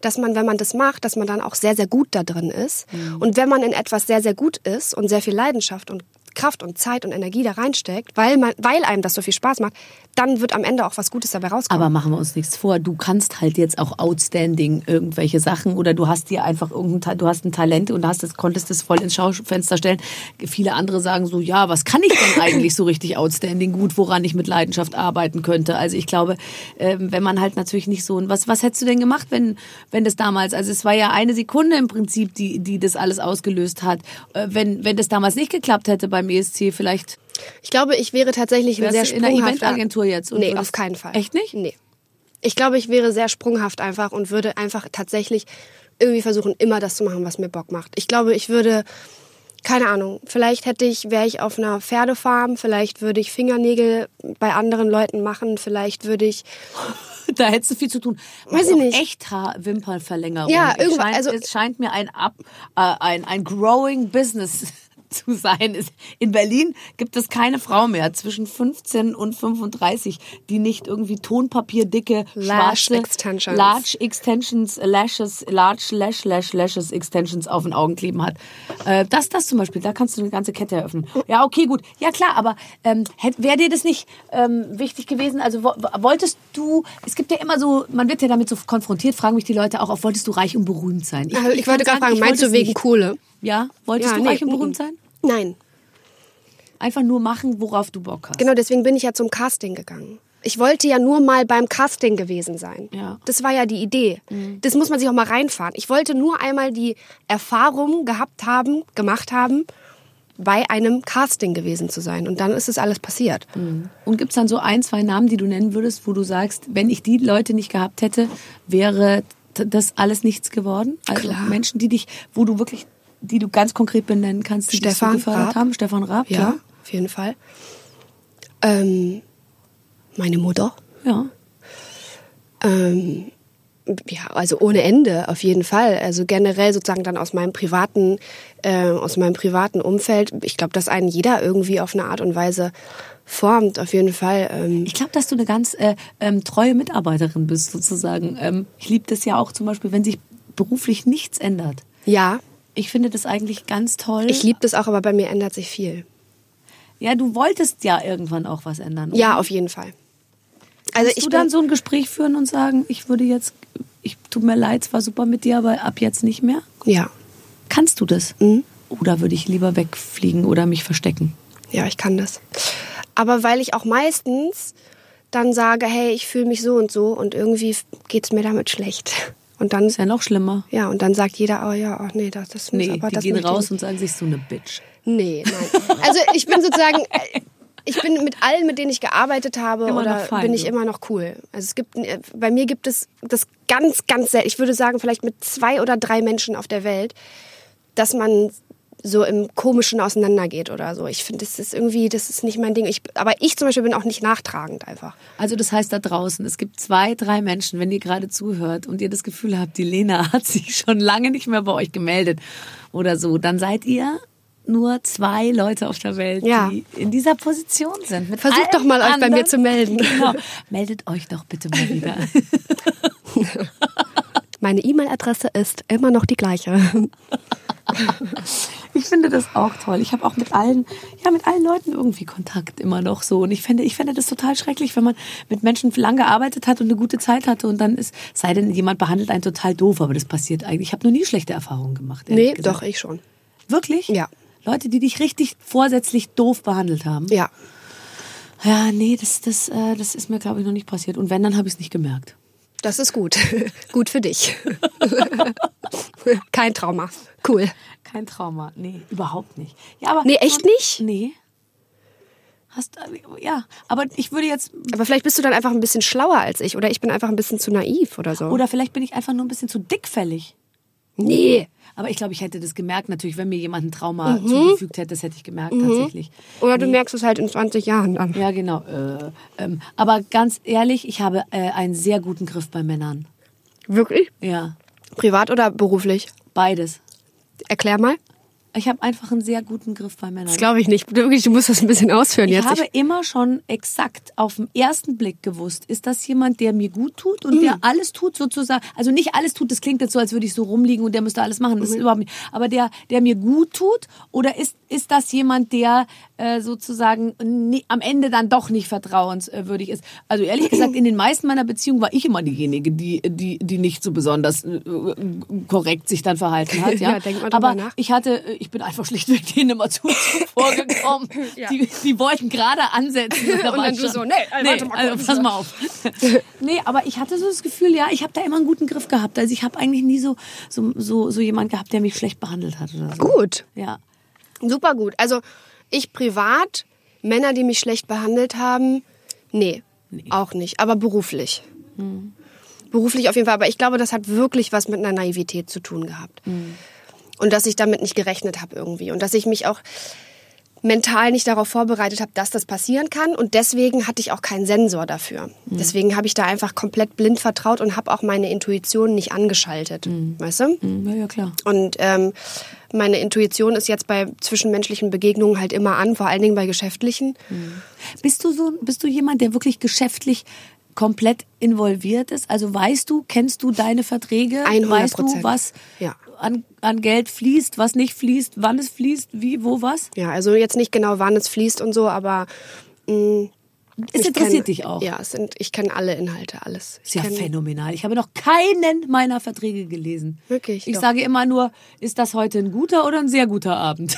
Speaker 4: dass man, wenn man das macht, dass man dann auch sehr, sehr gut da drin ist. Und wenn man in etwas sehr, sehr gut ist und sehr viel Leidenschaft und Kraft und Zeit und Energie da reinsteckt, weil, man, weil einem das so viel Spaß macht, dann wird am Ende auch was Gutes dabei rauskommen.
Speaker 2: Aber machen wir uns nichts vor. Du kannst halt jetzt auch outstanding irgendwelche Sachen oder du hast dir einfach irgendein Ta- du hast ein Talent und hast das konntest es voll ins Schaufenster stellen. Viele andere sagen so, ja, was kann ich denn eigentlich so richtig outstanding gut, woran ich mit Leidenschaft arbeiten könnte? Also ich glaube, ähm, wenn man halt natürlich nicht so ein was was hättest du denn gemacht, wenn wenn das damals, also es war ja eine Sekunde im Prinzip, die die das alles ausgelöst hat. Äh, wenn wenn das damals nicht geklappt hätte beim ESC, vielleicht
Speaker 4: ich glaube, ich wäre tatsächlich ein
Speaker 2: wärst
Speaker 4: sehr
Speaker 2: du in der
Speaker 4: sprunghafter...
Speaker 2: Eventagentur jetzt und
Speaker 4: Nee,
Speaker 2: würdest-
Speaker 4: auf keinen Fall.
Speaker 2: Echt nicht?
Speaker 4: Nee. Ich glaube, ich wäre sehr sprunghaft einfach und würde einfach tatsächlich irgendwie versuchen, immer das zu machen, was mir Bock macht. Ich glaube, ich würde, keine Ahnung, vielleicht hätte ich, wäre ich auf einer Pferdefarm, vielleicht würde ich Fingernägel bei anderen Leuten machen, vielleicht würde ich,
Speaker 2: <laughs> Da hättest du viel zu tun.
Speaker 4: Weiß ich
Speaker 2: auch
Speaker 4: nicht.
Speaker 2: Echt Haar- Wimpernverlängerung.
Speaker 4: Ja,
Speaker 2: es
Speaker 4: irgendwa-
Speaker 2: scheint,
Speaker 4: also-
Speaker 2: es scheint mir ein, Up, äh, ein, ein growing Business <laughs> zu sein. Es- In Berlin gibt es keine Frau mehr zwischen 15 und 35, die nicht irgendwie tonpapierdicke,
Speaker 4: Lash
Speaker 2: schwarze
Speaker 4: Extensions.
Speaker 2: Large Extensions, Lashes, Large Lash, Lash, Lashes Extensions auf den Augen kleben hat. Äh, das, das zum Beispiel, da kannst du eine ganze Kette eröffnen. Ja, okay, gut. Ja, klar, aber ähm, wäre dir das nicht ähm, wichtig gewesen? Also wo, wolltest du, es gibt ja immer so, man wird ja damit so konfrontiert, fragen mich die Leute auch, auf, wolltest du reich und berühmt sein?
Speaker 4: also ich,
Speaker 2: kann
Speaker 4: wollte gerade
Speaker 2: sagen,
Speaker 4: fragen,
Speaker 2: ich wollte
Speaker 4: meinst du
Speaker 2: es
Speaker 4: wegen
Speaker 2: nicht.
Speaker 4: Kohle?
Speaker 2: Ja, wolltest du
Speaker 4: nee,
Speaker 2: reich und
Speaker 4: mm, mm.
Speaker 2: berühmt sein?
Speaker 4: Nein.
Speaker 2: Einfach nur machen, worauf du Bock hast.
Speaker 4: Genau, deswegen bin ich ja zum Casting gegangen. Ich wollte ja nur mal beim Casting gewesen sein.
Speaker 2: Ja.
Speaker 4: Das war ja die Idee. Das muss man sich auch mal reinfahren. Ich wollte nur einmal die Erfahrung gehabt haben, gemacht haben, bei einem Casting gewesen zu sein. Und dann ist es alles passiert.
Speaker 2: Und gibt es dann so ein, zwei Namen, die du nennen würdest, wo du sagst, wenn ich die Leute nicht gehabt hätte, wäre t- das alles nichts geworden? Also
Speaker 4: Klar.
Speaker 2: Menschen, die dich, wo du wirklich, die du ganz konkret benennen kannst, die
Speaker 4: Stefan
Speaker 2: dich so gefördert
Speaker 4: Raab.
Speaker 2: haben. Stefan Raab,
Speaker 4: Ja, auf jeden Fall. Ähm, meine Mutter.
Speaker 2: klar. Ja.
Speaker 4: Ähm, ja, also ohne Ende auf jeden Fall. Also generell sozusagen dann aus meinem privaten, äh, aus meinem privaten Umfeld. Ich glaube, dass einen jeder irgendwie auf eine Art und Weise formt. Auf jeden Fall. Ähm,
Speaker 2: Ich glaube, dass du eine ganz äh, ähm, treue Mitarbeiterin bist, sozusagen. Ähm, ich liebe das ja auch zum Beispiel, wenn sich beruflich nichts ändert.
Speaker 4: ja,
Speaker 2: Ich finde das eigentlich ganz toll.
Speaker 4: ich liebe das auch, aber bei mir ändert sich viel.
Speaker 2: ja, du wolltest ja irgendwann auch was ändern. oder?
Speaker 4: Ja, auf jeden Fall. Mhm. Also
Speaker 2: Kannst
Speaker 4: ich
Speaker 2: du dann
Speaker 4: bin-
Speaker 2: so ein Gespräch führen und sagen, ich würde jetzt, ich tut mir leid, es war super mit dir, aber ab jetzt nicht mehr?
Speaker 4: Ja,
Speaker 2: Kannst du das?
Speaker 4: Mhm.
Speaker 2: Oder würde ich lieber wegfliegen oder mich verstecken?
Speaker 4: ja, ich kann das. Aber weil ich auch meistens dann sage, hey, ich fühle mich so und so und irgendwie geht's mir damit schlecht. Und dann
Speaker 2: Ist ja noch schlimmer.
Speaker 4: Ja, und dann sagt jeder, oh ja, ach nee, das, das muss
Speaker 2: Nee,
Speaker 4: aber
Speaker 2: die
Speaker 4: das
Speaker 2: gehen
Speaker 4: möchte ich
Speaker 2: raus
Speaker 4: nicht.
Speaker 2: und sagen sich so eine Bitch.
Speaker 4: Nee, nein. Also ich bin sozusagen, äh, ich bin mit allen, mit denen ich gearbeitet habe,
Speaker 2: Immer
Speaker 4: oder
Speaker 2: noch fein, ne?
Speaker 4: bin ich
Speaker 2: du.
Speaker 4: immer noch cool. Also es gibt, äh, bei mir gibt es das ganz, ganz selten, ich würde sagen, vielleicht mit zwei oder drei Menschen auf der Welt, dass man so im Komischen auseinandergeht oder so. Ich finde, das ist irgendwie, das ist nicht mein Ding. Ich, aber ich zum Beispiel bin auch nicht nachtragend einfach.
Speaker 2: Also das heißt da draußen, es gibt zwei, drei Menschen, wenn ihr gerade zuhört und ihr das <laughs> Gefühl habt, die Lena hat sich schon lange nicht mehr bei euch gemeldet oder so, dann seid ihr nur zwei Leute auf der Welt,
Speaker 4: Ja.
Speaker 2: die in dieser Position sind. Mit
Speaker 4: Versucht
Speaker 2: allen
Speaker 4: doch mal, euch bei
Speaker 2: anderen.
Speaker 4: mir zu
Speaker 2: <laughs>
Speaker 4: melden. <laughs>
Speaker 2: Genau. Meldet euch doch bitte mal wieder.
Speaker 4: Meine E-Mail-Adresse ist immer noch die gleiche.
Speaker 2: Ich finde das auch toll. Ich habe auch mit allen, ja, mit allen Leuten irgendwie Kontakt immer noch so. Und ich finde, ich finde das total schrecklich, wenn man mit Menschen lang gearbeitet hat und eine gute Zeit hatte und dann ist, sei denn, jemand behandelt einen total doof, aber das passiert eigentlich. Ich habe noch nie schlechte Erfahrungen gemacht. ehrlich
Speaker 4: Nee,
Speaker 2: gesagt.
Speaker 4: doch, ich schon.
Speaker 2: Wirklich?
Speaker 4: Ja.
Speaker 2: Leute, die dich richtig vorsätzlich doof behandelt haben.
Speaker 4: Ja.
Speaker 2: Ja, nee, das, das, äh, das ist mir, glaube ich, noch nicht passiert. Und wenn, dann habe ich es nicht gemerkt.
Speaker 4: Das ist gut. <laughs> gut für dich. Kein Trauma. Cool.
Speaker 2: Kein Trauma. Nee, überhaupt nicht. Ja, aber
Speaker 4: Nee, echt nicht?
Speaker 2: Nee. Hast, äh, ja, aber ich würde jetzt
Speaker 4: Aber vielleicht bist du dann einfach ein bisschen schlauer als ich oder ich bin einfach ein bisschen zu naiv oder so.
Speaker 2: Oder vielleicht bin ich einfach nur ein bisschen zu dickfällig.
Speaker 4: nee.
Speaker 2: Aber ich glaube, ich hätte das gemerkt, natürlich, wenn mir jemand ein Trauma zugefügt hätte, das hätte ich gemerkt, tatsächlich.
Speaker 4: Oder du merkst es halt in 20 Jahren dann.
Speaker 2: Ja, genau. Äh, ähm, aber ganz ehrlich, ich habe äh, einen sehr guten Griff bei Männern.
Speaker 4: Wirklich?
Speaker 2: Ja,
Speaker 4: Privat oder beruflich?
Speaker 2: beides.
Speaker 4: Erklär mal.
Speaker 2: Ich habe einfach einen sehr guten Griff bei Männern.
Speaker 4: Das glaube ich nicht. Wirklich, du musst das ein bisschen ausführen
Speaker 2: Ich
Speaker 4: jetzt.
Speaker 2: habe immer schon exakt auf den ersten Blick gewusst, ist das jemand, der mir gut tut und
Speaker 4: Mhm.
Speaker 2: der alles tut sozusagen, also nicht alles tut, das klingt jetzt so, als würde ich so rumliegen und der müsste alles machen,
Speaker 4: Mhm.
Speaker 2: das ist überhaupt nicht, aber der, der mir gut tut oder ist, ist das jemand, der äh, sozusagen nie, am Ende dann doch nicht vertrauenswürdig ist? Also ehrlich gesagt, in den meisten meiner Beziehungen war ich immer diejenige, die, die, die nicht so besonders äh, korrekt sich dann verhalten hat. Ja,
Speaker 4: <laughs> Ja, denk mal drüber
Speaker 2: aber
Speaker 4: nach.
Speaker 2: ich hatte, äh, ich bin einfach schlichtweg denen immer zu
Speaker 4: <laughs>
Speaker 2: vorgekommen. die, die wollten gerade
Speaker 4: <laughs>
Speaker 2: ansetzen. Und, da
Speaker 4: Und
Speaker 2: war
Speaker 4: dann
Speaker 2: ich
Speaker 4: du
Speaker 2: schon-
Speaker 4: so, nee, also warte mal
Speaker 2: also
Speaker 4: kurz.
Speaker 2: pass mal auf.
Speaker 4: <laughs>
Speaker 2: nee, aber ich hatte so das Gefühl, ja, ich habe da immer einen guten Griff gehabt. Also ich habe eigentlich nie so, so, so, so jemand gehabt, der mich schlecht behandelt hat oder so.
Speaker 4: Gut.
Speaker 2: Ja.
Speaker 4: Super gut. Also ich privat, Männer, die mich schlecht behandelt haben, nee, auch nicht. Aber beruflich. Beruflich auf jeden Fall. Aber ich glaube, das hat wirklich was mit einer Naivität zu tun gehabt. Und dass ich damit nicht gerechnet habe irgendwie. Und dass ich mich auch mental nicht darauf vorbereitet habe, dass das passieren kann. Und deswegen hatte ich auch keinen Sensor dafür. Deswegen habe ich da einfach komplett blind vertraut und habe auch meine Intuition nicht angeschaltet. Weißt du?
Speaker 2: ja, ja, klar.
Speaker 4: Und ähm, meine Intuition ist jetzt bei zwischenmenschlichen Begegnungen halt immer an, vor allen Dingen bei geschäftlichen.
Speaker 2: Bist du so, bist du jemand, der wirklich geschäftlich komplett involviert ist? Also weißt du, kennst du deine Verträge?
Speaker 4: 100%.
Speaker 2: Weißt du, was
Speaker 4: Ja.
Speaker 2: an, an Geld fließt, was nicht fließt, wann es fließt, wie, wo, was?
Speaker 4: Ja, also jetzt nicht genau, wann es fließt und so, aber mh,
Speaker 2: Es
Speaker 4: ich
Speaker 2: interessiert
Speaker 4: kenn,
Speaker 2: dich auch.
Speaker 4: Ja, es sind, ich kenne alle Inhalte, alles. Ich
Speaker 2: Ist ja
Speaker 4: kenn-
Speaker 2: phänomenal. Ich habe noch keinen meiner Verträge gelesen.
Speaker 4: Wirklich,
Speaker 2: Ich
Speaker 4: doch.
Speaker 2: sage immer nur, ist das heute ein guter oder ein sehr guter
Speaker 4: <laughs>
Speaker 2: Abend?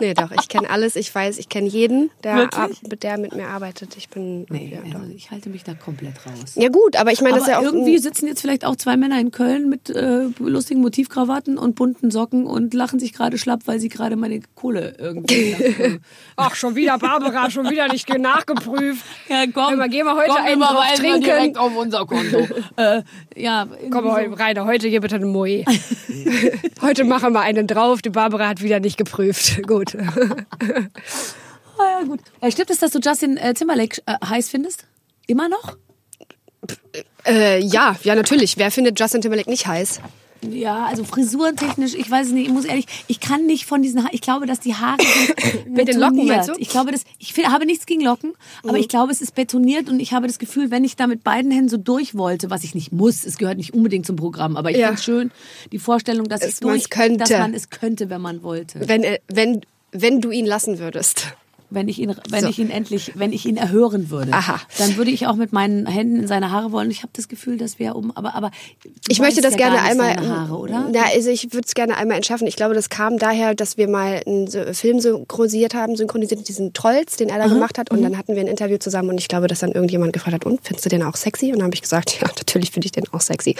Speaker 4: nee, doch, ich kenne alles. Ich weiß, ich kenne jeden,
Speaker 2: <laughs>
Speaker 4: der,
Speaker 2: Wirklich?
Speaker 4: ar- mit der mit mir arbeitet. Ich bin
Speaker 2: nee,
Speaker 4: ja, doch.
Speaker 2: also ich halte mich da komplett raus.
Speaker 4: ja gut, aber ich meine,
Speaker 2: Aber
Speaker 4: das ist ja auch
Speaker 2: irgendwie sitzen jetzt vielleicht auch zwei Männer in Köln mit äh, lustigen Motivkrawatten und bunten Socken und lachen sich gerade schlapp, weil sie gerade meine Kohle
Speaker 4: <laughs>
Speaker 2: irgendwie.
Speaker 6: Ach, schon wieder Barbara, schon wieder nicht nachgeprüft.
Speaker 2: ja, komm,
Speaker 6: Immer gehen wir heute
Speaker 2: komm,
Speaker 6: einen drauf
Speaker 2: überweisen wir
Speaker 6: trinken.
Speaker 2: direkt auf unser
Speaker 4: <laughs>
Speaker 2: Konto. äh, ja,
Speaker 6: Komm,
Speaker 2: irgendwie so.
Speaker 6: Rainer, heute hier bitte einen Moi. heute machen wir einen drauf. Die Barbara hat wieder nicht geprüft.
Speaker 4: <laughs>
Speaker 6: Gut.
Speaker 2: <laughs> Ah, ja, gut. Äh, stimmt es, dass du Justin äh, Timberlake äh, heiß findest? Immer noch?
Speaker 4: äh, ja, ja natürlich. Wer findet Justin Timberlake nicht heiß?
Speaker 2: Ja, also frisurentechnisch, ich weiß es nicht, ich muss ehrlich, ich kann nicht von diesen Haaren, ich glaube, dass die Haare sind
Speaker 4: <laughs> Mit den Locken, meinst du?
Speaker 2: betoniert.
Speaker 4: Mhm.
Speaker 2: Ich glaube, dass, ich fi- habe nichts gegen Locken, aber ich glaube, es ist betoniert und ich habe das Gefühl, wenn ich da mit beiden Händen so durch wollte, was ich nicht muss, es gehört nicht unbedingt zum Programm, aber ich
Speaker 4: Ja.
Speaker 2: finde es schön, die Vorstellung, dass,
Speaker 4: Dass
Speaker 2: ich
Speaker 4: man's
Speaker 2: durch,
Speaker 4: könnte.
Speaker 2: dass man es könnte, wenn man wollte.
Speaker 4: Wenn, äh, wenn, wenn du ihn lassen würdest.
Speaker 2: Wenn ich ihn, wenn
Speaker 4: So.
Speaker 2: ich ihn endlich, wenn ich ihn erhören würde,
Speaker 4: Aha.
Speaker 2: dann würde ich auch mit meinen Händen in seine Haare wollen. Ich habe das Gefühl, dass wir um, aber, aber
Speaker 4: Ich
Speaker 2: du
Speaker 4: möchte
Speaker 2: wolltest
Speaker 4: das
Speaker 2: ja
Speaker 4: gerne
Speaker 2: gar nicht
Speaker 4: einmal.
Speaker 2: Seine Haare, oder?
Speaker 4: Na, also ich würde es gerne einmal entschärfen. Ich glaube, das kam daher, dass wir mal einen so- äh, Film synchronisiert haben, synchronisiert diesen Trolls, den er da gemacht hat. Und
Speaker 2: mhm.
Speaker 4: dann hatten wir ein Interview zusammen und ich glaube, dass dann irgendjemand gefragt hat, und findest du den auch sexy? Und dann habe ich gesagt, <laughs> ja, natürlich finde ich den auch sexy.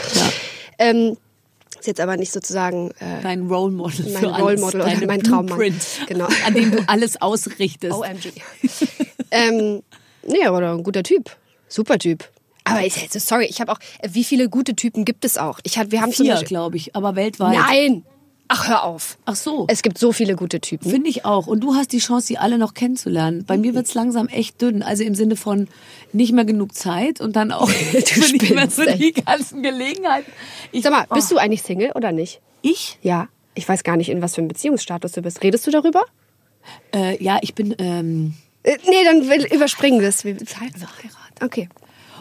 Speaker 4: Ähm, ist jetzt aber nicht sozusagen. Äh,
Speaker 2: Dein Role Model
Speaker 4: Mein
Speaker 2: für
Speaker 4: Role
Speaker 2: alles.
Speaker 4: Model oder
Speaker 2: Deine
Speaker 4: mein Traummann.
Speaker 2: Blueprint,
Speaker 4: Genau.
Speaker 2: An dem du alles ausrichtest.
Speaker 4: OMG. ähm, nee, aber doch ein guter Typ. Super Typ. Aber ich, also, sorry, ich habe auch. Wie viele gute Typen gibt es auch? Ich, hab- wir haben zum
Speaker 2: Vier,
Speaker 4: Beispiel.
Speaker 2: glaube ich, aber weltweit.
Speaker 4: Nein! Ach, hör auf.
Speaker 2: Ach so.
Speaker 4: Es gibt so viele gute Typen.
Speaker 2: Finde ich auch. Und du hast die Chance, sie alle noch kennenzulernen. Bei
Speaker 4: Hm.
Speaker 2: mir wird es langsam echt dünn. Also im Sinne von nicht mehr genug Zeit und dann
Speaker 4: <laughs>
Speaker 2: auch nicht mehr
Speaker 4: spinnst,
Speaker 2: so die ganzen Gelegenheiten. Ich, Oh,
Speaker 4: Oh. Sag mal, bist du eigentlich Single oder nicht?
Speaker 2: Ich?
Speaker 4: Ja. Ich weiß gar nicht, in was für einem Beziehungsstatus du bist. Redest du darüber?
Speaker 2: Äh, ja, ich bin. Ähm,
Speaker 4: Äh, nee, dann will- überspringen wir es. Wir heiraten. Okay.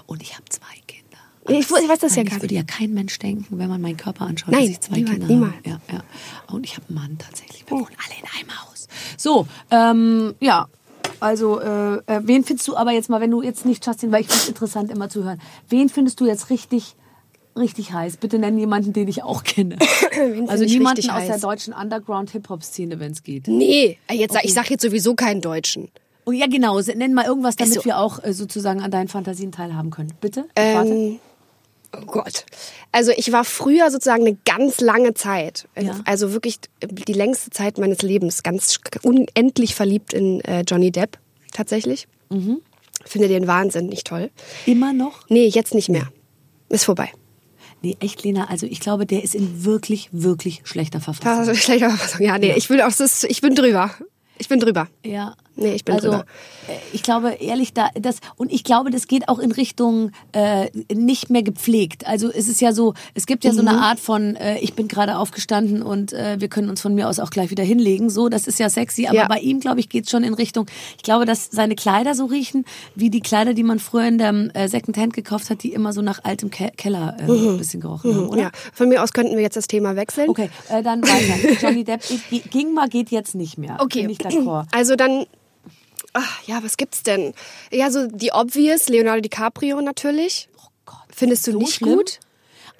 Speaker 2: und ich habe zwei Kinder.
Speaker 4: Nee, ich, ich weiß das ja
Speaker 2: das
Speaker 4: gar
Speaker 2: würde
Speaker 4: nicht.
Speaker 2: ja kein Mensch denken, wenn man meinen Körper anschaut,
Speaker 4: Nein,
Speaker 2: dass ich zwei
Speaker 4: niemals,
Speaker 2: Kinder
Speaker 4: niemals. Oh.
Speaker 2: habe. Ja, ja. Und ich habe einen Mann tatsächlich. Wir wohnen alle in einem Haus. So, ähm, ja. Also, äh, äh, wen findest du aber jetzt mal, wenn du jetzt nicht Justin, weil ich finde es interessant immer zu hören, wen findest du jetzt richtig, richtig heiß? Bitte nenn jemanden, den ich auch
Speaker 4: <coughs>
Speaker 2: kenne.
Speaker 4: find
Speaker 2: also
Speaker 4: ich
Speaker 2: niemanden
Speaker 4: richtig
Speaker 2: aus der
Speaker 4: heiß?
Speaker 2: deutschen Underground-Hip-Hop-Szene, wenn es geht.
Speaker 4: Nee, äh, jetzt, sag- ich sag jetzt sowieso keinen Deutschen.
Speaker 2: Und ja, genau, se- nenn mal irgendwas, damit
Speaker 4: Also-
Speaker 2: wir auch äh, sozusagen an deinen Fantasien teilhaben können. Bitte? Ich warte.
Speaker 4: Ähm, oh Gott. Also ich war früher sozusagen eine ganz lange Zeit,
Speaker 2: Ja.
Speaker 4: also wirklich die längste Zeit meines Lebens, ganz sch- unendlich verliebt in äh, Johnny Depp tatsächlich. Finde den Wahnsinn nicht toll.
Speaker 2: Immer noch?
Speaker 4: Nee, jetzt nicht mehr. Ist vorbei.
Speaker 2: Nee, echt, Lena, also ich glaube, der ist in wirklich, wirklich schlechter Verfassung.
Speaker 4: <laughs> Das ist eine schlechte Verfassung. Ja, nee, ich will auch, das ist, ich bin drüber. Ich bin drüber.
Speaker 2: Ja.
Speaker 4: Nee, ich bin
Speaker 2: also,
Speaker 4: drüber.
Speaker 2: äh, Ich glaube, ehrlich, da, das, und ich glaube, das geht auch in Richtung äh, nicht mehr gepflegt. Also es ist ja so, es gibt ja so
Speaker 4: Mhm.
Speaker 2: eine Art von, äh, ich bin gerade aufgestanden und äh, wir können uns von mir aus auch gleich wieder hinlegen. So, das ist ja sexy, aber
Speaker 4: Ja.
Speaker 2: bei ihm, glaube ich, geht's schon in Richtung, ich glaube, dass seine Kleider so riechen, wie die Kleider, die man früher in der äh, Secondhand gekauft hat, die immer so nach altem Ke Keller äh, ein bisschen gerochen haben, oder?
Speaker 4: Mhm. Ja, von mir aus könnten wir jetzt das Thema wechseln.
Speaker 2: Okay, äh, dann weiter. Johnny Depp geht- ging mal, geht jetzt nicht mehr.
Speaker 4: Okay.
Speaker 2: Bin ich
Speaker 4: <clears throat>
Speaker 2: d'accord.
Speaker 4: Also dann, ach, ja, was gibt's denn? Ja, so die obvious, Leonardo DiCaprio natürlich. Findest du
Speaker 2: So
Speaker 4: nicht
Speaker 2: schlimm?
Speaker 4: gut?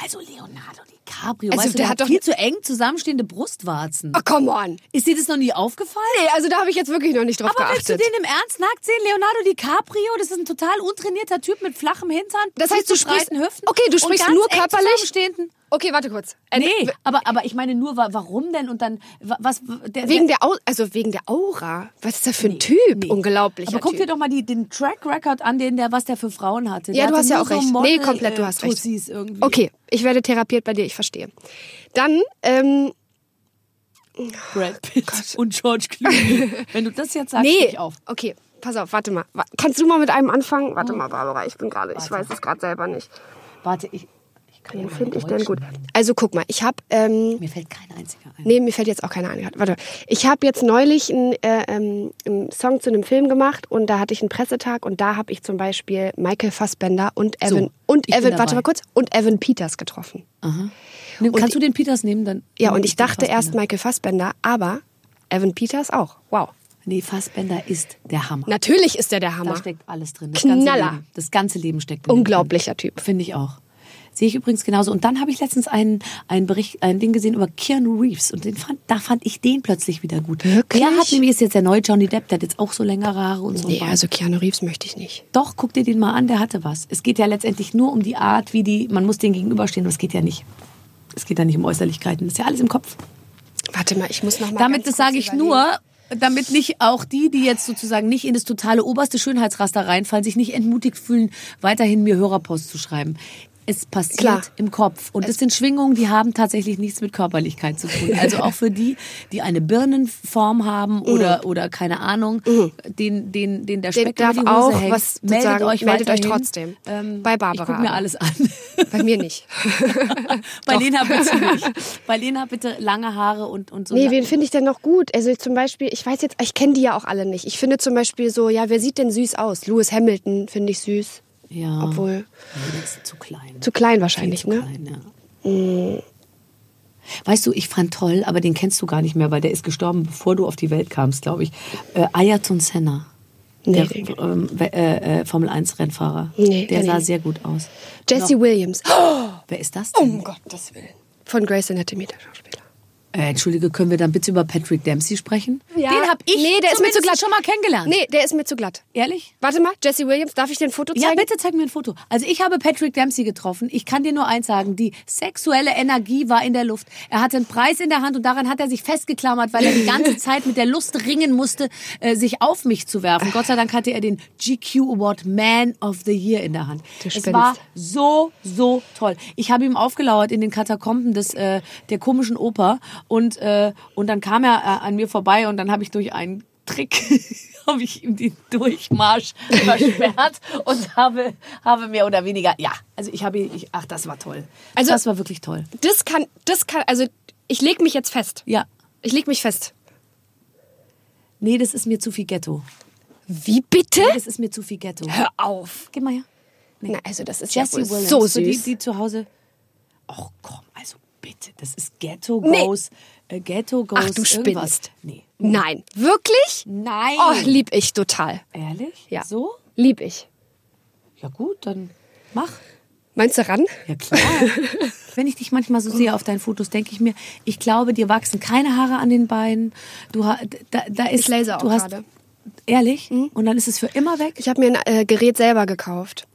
Speaker 2: Also Leonardo DiCaprio,
Speaker 4: Also
Speaker 2: weißt du,
Speaker 4: der
Speaker 2: der
Speaker 4: hat
Speaker 2: hat
Speaker 4: doch-
Speaker 2: viel zu eng zusammenstehende Brustwarzen.
Speaker 4: Oh, come on.
Speaker 2: Ist dir das noch nie aufgefallen?
Speaker 4: Nee, also da habe ich jetzt wirklich noch nicht drauf
Speaker 2: Aber willst du
Speaker 4: geachtet.
Speaker 2: den im Ernst nackt sehen? Leonardo DiCaprio, das ist ein total untrainierter Typ mit flachem Hintern,
Speaker 4: Das heißt,
Speaker 2: viel zu
Speaker 4: du sprichst-
Speaker 2: breiten Hüften.
Speaker 4: Okay, du sprichst
Speaker 2: und ganz
Speaker 4: nur
Speaker 2: eng
Speaker 4: körperlich?
Speaker 2: zusammenstehenden-
Speaker 4: okay, warte kurz. Äh,
Speaker 2: Nee,
Speaker 4: w-
Speaker 2: aber, aber ich meine nur, wa- warum denn? Und dann, wa- was... Der,
Speaker 4: Wegen
Speaker 2: der-
Speaker 4: der, Au also wegen der Aura. Was ist das für ein
Speaker 2: Nee,
Speaker 4: Typ?
Speaker 2: nee.
Speaker 4: Unglaublich.
Speaker 2: Aber guck dir doch mal die, den Track Record an, den der, was der für Frauen hatte. der
Speaker 4: Ja, du
Speaker 2: hatte
Speaker 4: hast ja
Speaker 2: nur
Speaker 4: auch
Speaker 2: so
Speaker 4: recht.
Speaker 2: Model,
Speaker 4: nee, komplett, du
Speaker 2: äh,
Speaker 4: hast recht.
Speaker 2: Tussis irgendwie.
Speaker 4: Okay, ich werde therapiert bei dir, ich verstehe. Dann, ähm,
Speaker 2: Brad Pitt und George
Speaker 4: <laughs>
Speaker 2: Clooney. Wenn du das jetzt sagst,
Speaker 4: Oh nee.
Speaker 2: ich auf.
Speaker 4: Okay, pass auf, warte mal. Wa- Kannst du mal mit einem anfangen? Warte mal, Barbara, ich bin gerade, ich weiß es gerade selber nicht.
Speaker 2: Warte, ich, ich kann
Speaker 4: Den
Speaker 2: ja
Speaker 4: finde ich
Speaker 2: meine
Speaker 4: denn gut.
Speaker 2: Deutschen-
Speaker 4: Also guck mal, ich habe, ähm,
Speaker 2: Mir fällt kein einziger ein.
Speaker 4: nee, mir fällt jetzt auch keine ein. Warte, ich habe jetzt neulich einen, äh, ähm, einen Song zu einem Film gemacht und da hatte ich einen Pressetag und da habe ich zum Beispiel Michael Fassbender und
Speaker 2: So,
Speaker 4: Evan und
Speaker 2: ich bin
Speaker 4: Evan, warte
Speaker 2: dabei.
Speaker 4: mal kurz, und Evan Peters getroffen.
Speaker 2: Aha. Nimm,
Speaker 4: Und-
Speaker 2: kannst du den Peters nehmen? Dann
Speaker 4: Ja,
Speaker 2: dann
Speaker 4: und
Speaker 2: nehm
Speaker 4: ich
Speaker 2: den
Speaker 4: dachte erst
Speaker 2: Genau, Fassbender.
Speaker 4: Michael Fassbender, aber Evan Peters auch. Wow.
Speaker 2: Nee, Fassbender ist der Hammer.
Speaker 4: Natürlich ist er der
Speaker 2: da
Speaker 4: Hammer.
Speaker 2: steckt alles drin. Das
Speaker 4: Knaller.
Speaker 2: Ganze Leben, das ganze Leben steckt in dem
Speaker 4: Unglaublicher Typ.
Speaker 2: Drin. Finde ich auch. Sehe ich übrigens genauso. Und dann habe ich letztens einen, einen Bericht, ein Ding gesehen über Keanu Reeves. Und den fand, da fand ich den plötzlich wieder gut.
Speaker 4: Wirklich?
Speaker 2: Der hat nämlich, ist jetzt der neue Johnny Depp, der hat jetzt auch so längere Haare und so. ein
Speaker 4: Nee,
Speaker 2: Bart.
Speaker 4: also Keanu Reeves möchte ich nicht.
Speaker 2: Doch, guck dir den mal an, der hatte was. Es geht ja letztendlich nur um die Art, wie die, man muss denen gegenüberstehen, aber es geht ja nicht. Es geht ja nicht um Äußerlichkeiten, das ist ja alles im Kopf.
Speaker 4: Warte mal, ich muss noch mal
Speaker 2: damit,
Speaker 4: ganz
Speaker 2: das
Speaker 4: kurz
Speaker 2: sage ich
Speaker 4: überlegen.
Speaker 2: nur, damit nicht auch die, die jetzt sozusagen nicht in das totale oberste Schönheitsraster reinfallen, sich nicht entmutigt fühlen, weiterhin mir Hörerpost zu schreiben. Es passiert
Speaker 4: Klar.
Speaker 2: im Kopf. Und das sind Schwingungen, die haben tatsächlich nichts mit Körperlichkeit zu tun. Also auch für die, die eine Birnenform
Speaker 4: Mhm.
Speaker 2: haben oder, oder keine Ahnung, den, den, den der
Speaker 4: Den
Speaker 2: Speck über
Speaker 4: darf
Speaker 2: die Hose
Speaker 4: auch
Speaker 2: hängt,
Speaker 4: was
Speaker 2: meldet
Speaker 4: sozusagen-
Speaker 2: euch
Speaker 4: meldet euch
Speaker 2: weiterhin. ähm,
Speaker 4: trotzdem. Bei Barbara
Speaker 2: Ich guck mir
Speaker 4: aber.
Speaker 2: alles an.
Speaker 4: Bei mir nicht.
Speaker 2: <laughs> Bei Lena bitte nicht. Bei Lena bitte lange Haare und, und so.
Speaker 4: Nee, wen finde ich denn noch gut? Also zum Beispiel, ich weiß jetzt, ich kenne die ja auch alle nicht. Ich finde zum Beispiel so, ja, wer sieht denn süß aus? Lewis Hamilton finde ich süß.
Speaker 2: ja.
Speaker 4: Obwohl,
Speaker 2: Nee, der ist zu klein.
Speaker 4: zu klein wahrscheinlich,
Speaker 2: zu
Speaker 4: ne?
Speaker 2: klein, ja. Mhm. Weißt du, ich fand toll, aber den kennst du gar nicht mehr, weil der ist gestorben, bevor du auf die Welt kamst, glaube ich. Äh, Ayrton Senna.
Speaker 4: Nee,
Speaker 2: Der
Speaker 4: den-
Speaker 2: ähm, äh, äh, Formel 1 Rennfahrer.
Speaker 4: Nee,
Speaker 2: der
Speaker 4: kenn
Speaker 2: sah
Speaker 4: ich.
Speaker 2: sehr gut aus.
Speaker 4: Jesse
Speaker 2: Noch-
Speaker 4: Williams. <gasps>
Speaker 2: Wer ist das denn?
Speaker 4: Um Gottes Willen. Von Grace Anatomy, der Schauspieler.
Speaker 2: Äh, Entschuldige, können wir dann bitte über Patrick Dempsey sprechen? Den habe ich
Speaker 4: nee, der ist mir zu
Speaker 2: zumindest
Speaker 4: glatt.
Speaker 2: schon mal kennengelernt.
Speaker 4: Nee, der ist mir zu glatt.
Speaker 2: Ehrlich?
Speaker 4: Warte mal, Jesse Williams, darf ich dir ein Foto
Speaker 2: Ja,
Speaker 4: zeigen?
Speaker 2: bitte zeig mir ein Foto. Also ich habe Patrick Dempsey getroffen. Ich kann dir nur eins sagen, die sexuelle Energie war in der Luft. Er hatte einen Preis in der Hand und daran hat er sich festgeklammert, weil er die ganze Zeit mit der Lust ringen musste, äh, sich auf mich zu werfen. Gott sei Dank hatte er den GQ Award Man of the Year in der Hand.
Speaker 4: Du
Speaker 2: Es
Speaker 4: spinnst.
Speaker 2: war so, so toll. Ich habe ihm aufgelauert in den Katakomben des, äh, der komischen Oper und, äh, und dann kam er äh, an mir vorbei und dann habe ich durch einen Trick <laughs> habe ich ihm den Durchmarsch versperrt und habe, habe mehr oder weniger, ja, also ich habe, ich, ach, das war toll.
Speaker 4: Also-
Speaker 2: das war wirklich toll.
Speaker 4: Das kann, das kann, also Ich leg mich jetzt fest.
Speaker 2: Ja.
Speaker 4: Ich leg mich fest.
Speaker 2: Nee, das ist mir zu viel Ghetto.
Speaker 4: Wie bitte?
Speaker 2: Das ist mir zu viel Ghetto.
Speaker 4: Hör auf.
Speaker 2: Geh mal her.
Speaker 4: Na, also das ist
Speaker 2: Jessie
Speaker 4: ja wohl
Speaker 2: Williams.
Speaker 4: so
Speaker 2: Für die,
Speaker 4: süß.
Speaker 2: die zu Hause. Ach komm, also bitte. Das ist Ghetto Goes. Äh, Ghetto Goes.
Speaker 4: Ach, du
Speaker 2: irgendwas.
Speaker 4: spinnst.
Speaker 2: Nee.
Speaker 4: Nein. Wirklich?
Speaker 2: Nein.
Speaker 4: Oh, lieb ich total.
Speaker 2: Ehrlich?
Speaker 4: Ja.
Speaker 2: So?
Speaker 4: Lieb ich.
Speaker 2: Ja gut, dann mach.
Speaker 4: Meinst du ran?
Speaker 2: Ja
Speaker 4: <laughs>
Speaker 2: klar. Wenn ich dich manchmal so sehe auf deinen Fotos, denke ich mir, ich glaube, dir wachsen keine Haare an den Beinen. Du ha- da, da ist
Speaker 4: Ich laser auch
Speaker 2: du hast,
Speaker 4: gerade. Hm?
Speaker 2: Ehrlich? Und dann ist es für immer weg.
Speaker 4: Ich habe mir ein äh, Gerät selber gekauft.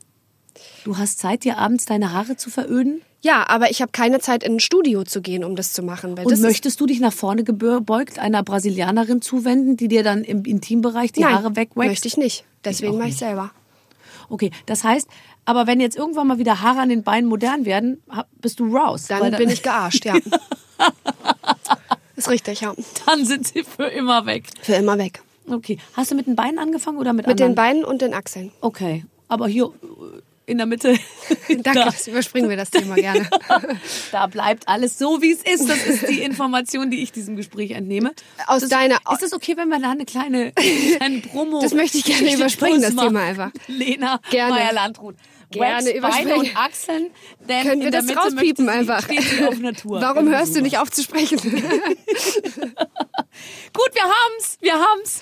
Speaker 2: Du hast Zeit, dir abends deine Haare zu veröden.
Speaker 4: Ja, aber ich habe keine Zeit, in ein Studio zu gehen, um das zu machen. Weil
Speaker 2: Und
Speaker 4: das ist,
Speaker 2: möchtest du dich nach vorne gebeugt einer Brasilianerin zuwenden, die dir dann im Intimbereich die
Speaker 4: nein,
Speaker 2: Haare wegwächst?
Speaker 4: möchte ich nicht. Deswegen
Speaker 2: auch
Speaker 4: mache ich selber.
Speaker 2: Okay, das heißt, aber wenn jetzt irgendwann mal wieder Haare an den Beinen modern werden, hab- bist du raus.
Speaker 4: Dann
Speaker 2: Weil
Speaker 4: bin
Speaker 2: <laughs>
Speaker 4: ich gearscht, ja. ist richtig, ja.
Speaker 2: Dann sind sie für immer weg.
Speaker 4: Für immer weg.
Speaker 2: Okay, hast du mit den Beinen angefangen oder mit
Speaker 4: Mit
Speaker 2: anderen?
Speaker 4: den Beinen und den
Speaker 2: <laughs>
Speaker 4: Achseln.
Speaker 2: Okay, aber hier äh, in der Mitte.
Speaker 4: <laughs> Danke, das überspringen wir das Thema gerne.
Speaker 2: <laughs> Da bleibt alles so, wie es ist. Das ist die Information, die ich diesem Gespräch entnehme.
Speaker 4: Aus
Speaker 2: das,
Speaker 4: deiner-
Speaker 2: Ist es okay, wenn wir da eine
Speaker 4: <laughs>
Speaker 2: kleine, kleine Promo.
Speaker 4: Das möchte ich gerne
Speaker 2: zwischen
Speaker 4: überspringen,
Speaker 2: uns
Speaker 4: das
Speaker 2: machen?
Speaker 4: Thema einfach.
Speaker 2: Lena
Speaker 4: Gerne.
Speaker 2: Meyer Landrut.
Speaker 4: Gerne
Speaker 2: Wax, Beine
Speaker 4: überspringen.
Speaker 2: und Achseln. Denn
Speaker 4: Können wir
Speaker 2: in der
Speaker 4: das
Speaker 2: Mitte
Speaker 4: rauspiepen
Speaker 2: möchte sie-
Speaker 4: einfach?
Speaker 2: Steht sie auf Natur.
Speaker 4: <laughs> Warum
Speaker 2: Genau
Speaker 4: hörst du
Speaker 2: so.
Speaker 4: nicht auf zu sprechen?
Speaker 2: Gut, wir haben's, wir haben's.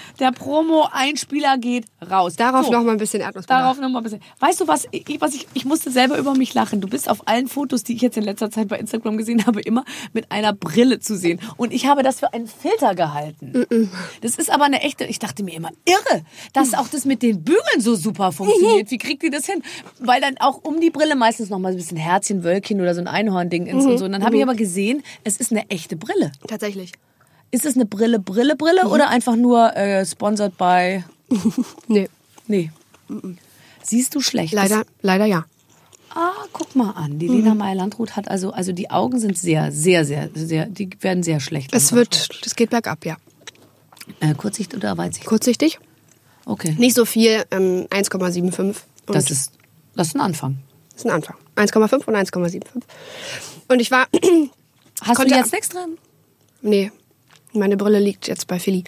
Speaker 4: <laughs>
Speaker 2: der Promo-Einspieler geht raus.
Speaker 4: <laughs> Darauf
Speaker 2: so.
Speaker 4: noch mal ein bisschen Erdnussbutter.
Speaker 2: Darauf nochmal ein bisschen. Weißt du was, ich, was ich, ich musste selber über mich lachen. Du bist auf allen Fotos, die ich jetzt in letzter Zeit bei Instagram gesehen habe, immer mit einer Brille zu sehen. Und ich habe das für einen Filter gehalten. Das ist aber eine echte, ich dachte mir immer, irre, dass auch das mit den Bügeln so super funktioniert. Wie kriegt ihr das hin? Weil dann auch um die Brille meistens nochmal ein bisschen Herzchen, Wölkchen oder so ein Einhorn-Ding ist und so. Und dann habe ich aber gesehen, es ist eine echte Brille.
Speaker 4: Tatsächlich.
Speaker 2: Ist es eine Brille, Brille, Brille
Speaker 4: Mhm.
Speaker 2: oder einfach nur äh, sponsored by...
Speaker 4: <laughs> Nee, Mhm.
Speaker 2: Nee. Siehst du schlecht. Das
Speaker 4: leider, Mhm. leider ja.
Speaker 2: Ah, guck mal an. Die Lena Meyer-Landrut hat also, also die Augen sind sehr, sehr, sehr, sehr, die werden sehr schlecht.
Speaker 4: Es wird, es geht bergab, ja.
Speaker 2: Äh, Kurzsicht oder Weitsicht?
Speaker 4: Kurzsichtig?
Speaker 2: Okay.
Speaker 4: Nicht so viel, ähm, 1,75. Und
Speaker 2: Das ist, das ist ein Anfang.
Speaker 4: ist ein Anfang. 1,5 und 1,75. Und ich war, <clears throat>
Speaker 2: Hast
Speaker 4: Konnte-
Speaker 2: du jetzt nichts dran?
Speaker 4: nee, meine Brille liegt jetzt bei Philly,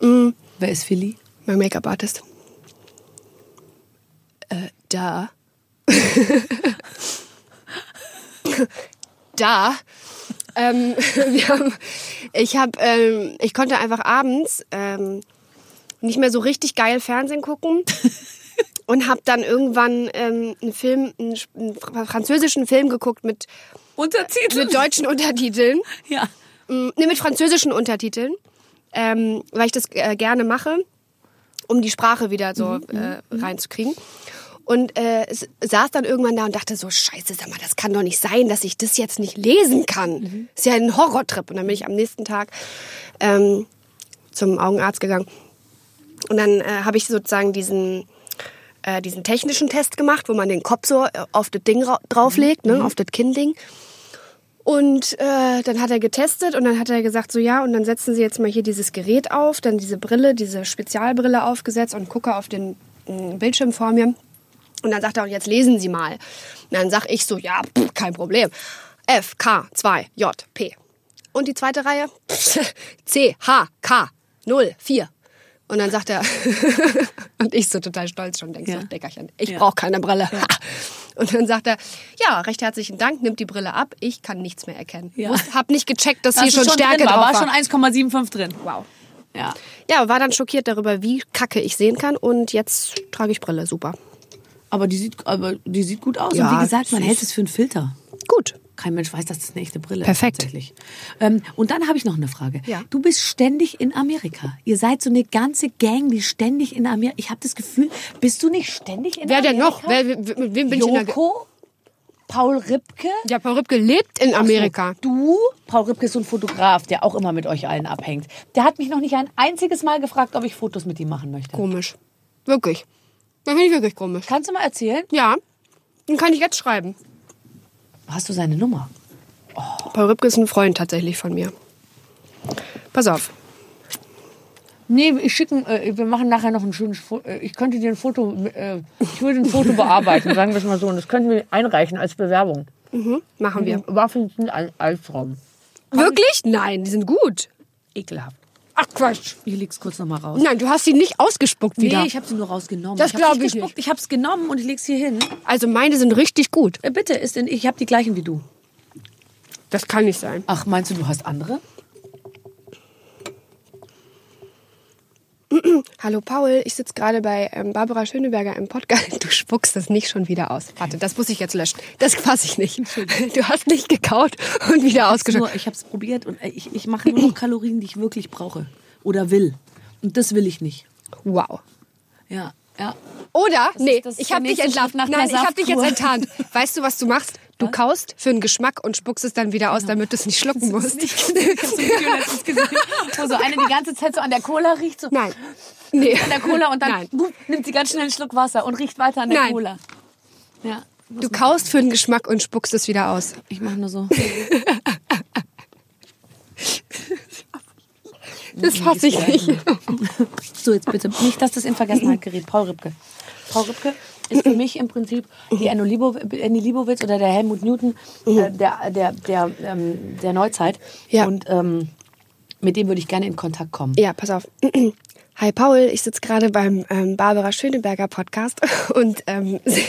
Speaker 2: Wer ist Philly?
Speaker 4: mein Make-up-Artist.
Speaker 5: Da.
Speaker 4: <laughs> da. Ähm, <laughs> wir haben, ich habe, ähm, ich konnte einfach abends ähm, nicht mehr so richtig geil Fernsehen gucken und habe dann irgendwann ähm, einen Film, einen, sch- einen fr- französischen Film geguckt mit
Speaker 2: Untertitel.
Speaker 4: mit deutschen Untertiteln,
Speaker 2: Ja.
Speaker 4: Mm, nee, mit französischen Untertiteln, ähm, weil ich das äh, gerne mache, um die Sprache wieder so äh, reinzukriegen. Und äh, s- saß dann irgendwann da und dachte so, scheiße, sag mal, das kann doch nicht sein, dass ich das jetzt nicht lesen kann. Ist ja ein Horrortrip. Und dann bin ich am nächsten Tag ähm, zum Augenarzt gegangen. Und dann äh, habe ich sozusagen diesen, äh, diesen technischen Test gemacht, wo man den Kopf so äh, auf das Ding ra- drauflegt, ne, auf das Kinnding. Und äh, dann hat er getestet und dann hat er gesagt, so ja, und dann setzen Sie jetzt mal hier dieses Gerät auf, dann diese Brille, diese Spezialbrille aufgesetzt und gucke auf den mm, Bildschirm vor mir. Und dann sagt er, und jetzt lesen Sie mal. Und dann sag ich so, ja, pff, kein Problem. F, K, 2, J, P. Und die zweite Reihe, <laughs> pff, C, H, K, 0, 4. Und dann sagt er, <laughs> und ich so total stolz schon, denkst
Speaker 2: Ja.
Speaker 4: du, Deckerchen, ich brauche keine Brille. <laughs> Und dann sagt er, ja, recht herzlichen Dank, nimmt die Brille ab, ich kann nichts mehr erkennen.
Speaker 2: Ja.
Speaker 4: Muss, hab nicht gecheckt, dass
Speaker 2: Das
Speaker 4: hier
Speaker 2: ist
Speaker 4: schon Stärke
Speaker 2: drin war.
Speaker 4: drauf
Speaker 2: War
Speaker 4: war.
Speaker 2: schon 1,75 drin.
Speaker 4: wow.
Speaker 2: Ja.
Speaker 4: Ja, war dann schockiert darüber, wie kacke ich sehen kann und jetzt trage ich Brille, super.
Speaker 2: Aber die sieht, aber die sieht gut aus.
Speaker 4: Ja,
Speaker 2: Und wie gesagt, man
Speaker 4: süß.
Speaker 2: hält es für einen Filter.
Speaker 4: Gut.
Speaker 2: Kein Mensch weiß, dass das eine echte Brille
Speaker 4: Perfekt.
Speaker 2: ist. Tatsächlich. Ähm, und dann habe ich noch eine Frage.
Speaker 4: Ja.
Speaker 2: Du bist ständig in Amerika. Ihr seid so eine ganze Gang, die ständig in Amerika. Ich habe das Gefühl, bist du nicht ständig in
Speaker 4: <laughs> Wer
Speaker 2: Amerika?
Speaker 4: denn noch? Wer, mit wem bin ich in der...
Speaker 2: Joko, Paul Ripke.
Speaker 4: Ja, Paul Ripke lebt in Amerika.
Speaker 2: Du, Paul Ripke ist so ein Fotograf, der auch immer mit euch allen abhängt. Der hat mich noch nicht ein einziges Mal gefragt, ob ich Fotos mit ihm machen möchte.
Speaker 4: Komisch. Wirklich. Das finde ich wirklich komisch.
Speaker 2: Kannst du mal erzählen?
Speaker 4: Ja, den kann ich jetzt schreiben.
Speaker 2: Hast du seine Nummer?
Speaker 4: Paul Ripke ist ein Freund tatsächlich von mir. Pass auf.
Speaker 2: Nee, ich schicken, äh, wir machen nachher noch ein schönes Foto. Äh, ich könnte dir ein Foto, äh, ich würde ein Foto bearbeiten, sagen wir es mal so. Und das könnten wir einreichen als Bewerbung.
Speaker 4: Machen wir.
Speaker 7: Waffen sind ein Albtraum.
Speaker 4: Wirklich? Nein, die sind gut.
Speaker 2: Ekelhaft.
Speaker 4: Ach Quatsch.
Speaker 2: Hier liegt's kurz nochmal raus.
Speaker 4: Nein, du hast sie nicht ausgespuckt wieder.
Speaker 2: Nee, ich habe sie nur rausgenommen. ich
Speaker 4: Das
Speaker 2: hab's
Speaker 4: glaub ich
Speaker 2: gespuckt, Ich habe es genommen und ich leg's hier hin.
Speaker 4: Also meine sind richtig gut.
Speaker 2: Äh, bitte, ist denn, ich habe die gleichen wie du.
Speaker 4: Das kann nicht sein.
Speaker 2: Ach, meinst du, du hast andere?
Speaker 4: Hallo Paul, ich sitze gerade bei ähm, Barbara Schöneberger im Podcast. <laughs> Du spuckst das nicht schon wieder aus. Warte, das muss ich jetzt löschen. Das fasse ich nicht. Du hast nicht gekaut und wieder ausgeschüttet.
Speaker 2: Nur, ich habe es probiert und äh, ich, ich mache
Speaker 4: <clears throat>
Speaker 2: nur noch Kalorien, die ich wirklich brauche oder will. Und das will ich nicht.
Speaker 4: Wow.
Speaker 2: Ja, ja.
Speaker 4: Oder, nee,
Speaker 2: das ist
Speaker 4: ich
Speaker 2: der
Speaker 4: habe dich
Speaker 2: nächste
Speaker 4: entlarvt.
Speaker 2: Schritt nach
Speaker 4: Nein,
Speaker 2: der
Speaker 4: ich habe dich jetzt
Speaker 2: Saftkur. <laughs>
Speaker 4: enttarnt. Weißt du, was du machst? Du kaust für den Geschmack und spuckst es dann wieder aus,
Speaker 2: Genau.
Speaker 4: damit du es nicht schlucken musst.
Speaker 2: Wo so eine die ganze Zeit so an der Cola riecht, so
Speaker 4: <laughs> Nein. Nee.
Speaker 2: an der Cola und dann
Speaker 4: Nein.
Speaker 2: bup, nimmt sie ganz schnell einen Schluck Wasser und riecht weiter an der
Speaker 4: Nein.
Speaker 2: Cola. Ja,
Speaker 4: Du kaust für den Geschmack und spuckst es wieder aus.
Speaker 2: ich mache nur <laughs> so.
Speaker 4: Das fasse ich nicht.
Speaker 2: So, jetzt bitte. Nicht, dass das in Vergessenheit gerät. Paul Ripke. Paul Ripke ist für mich im Prinzip die Annie Libow- Annie Leibovitz oder der Helmut Newton äh, der, der, der, ähm, der Neuzeit.
Speaker 4: Mhm. Ja.
Speaker 2: Und ähm, mit dem würde ich gerne in Kontakt kommen.
Speaker 4: Ja, pass auf. <clears throat> Hi Paul, ich sitze gerade beim ähm, Barbara Schöneberger Podcast <laughs> und ähm, sie,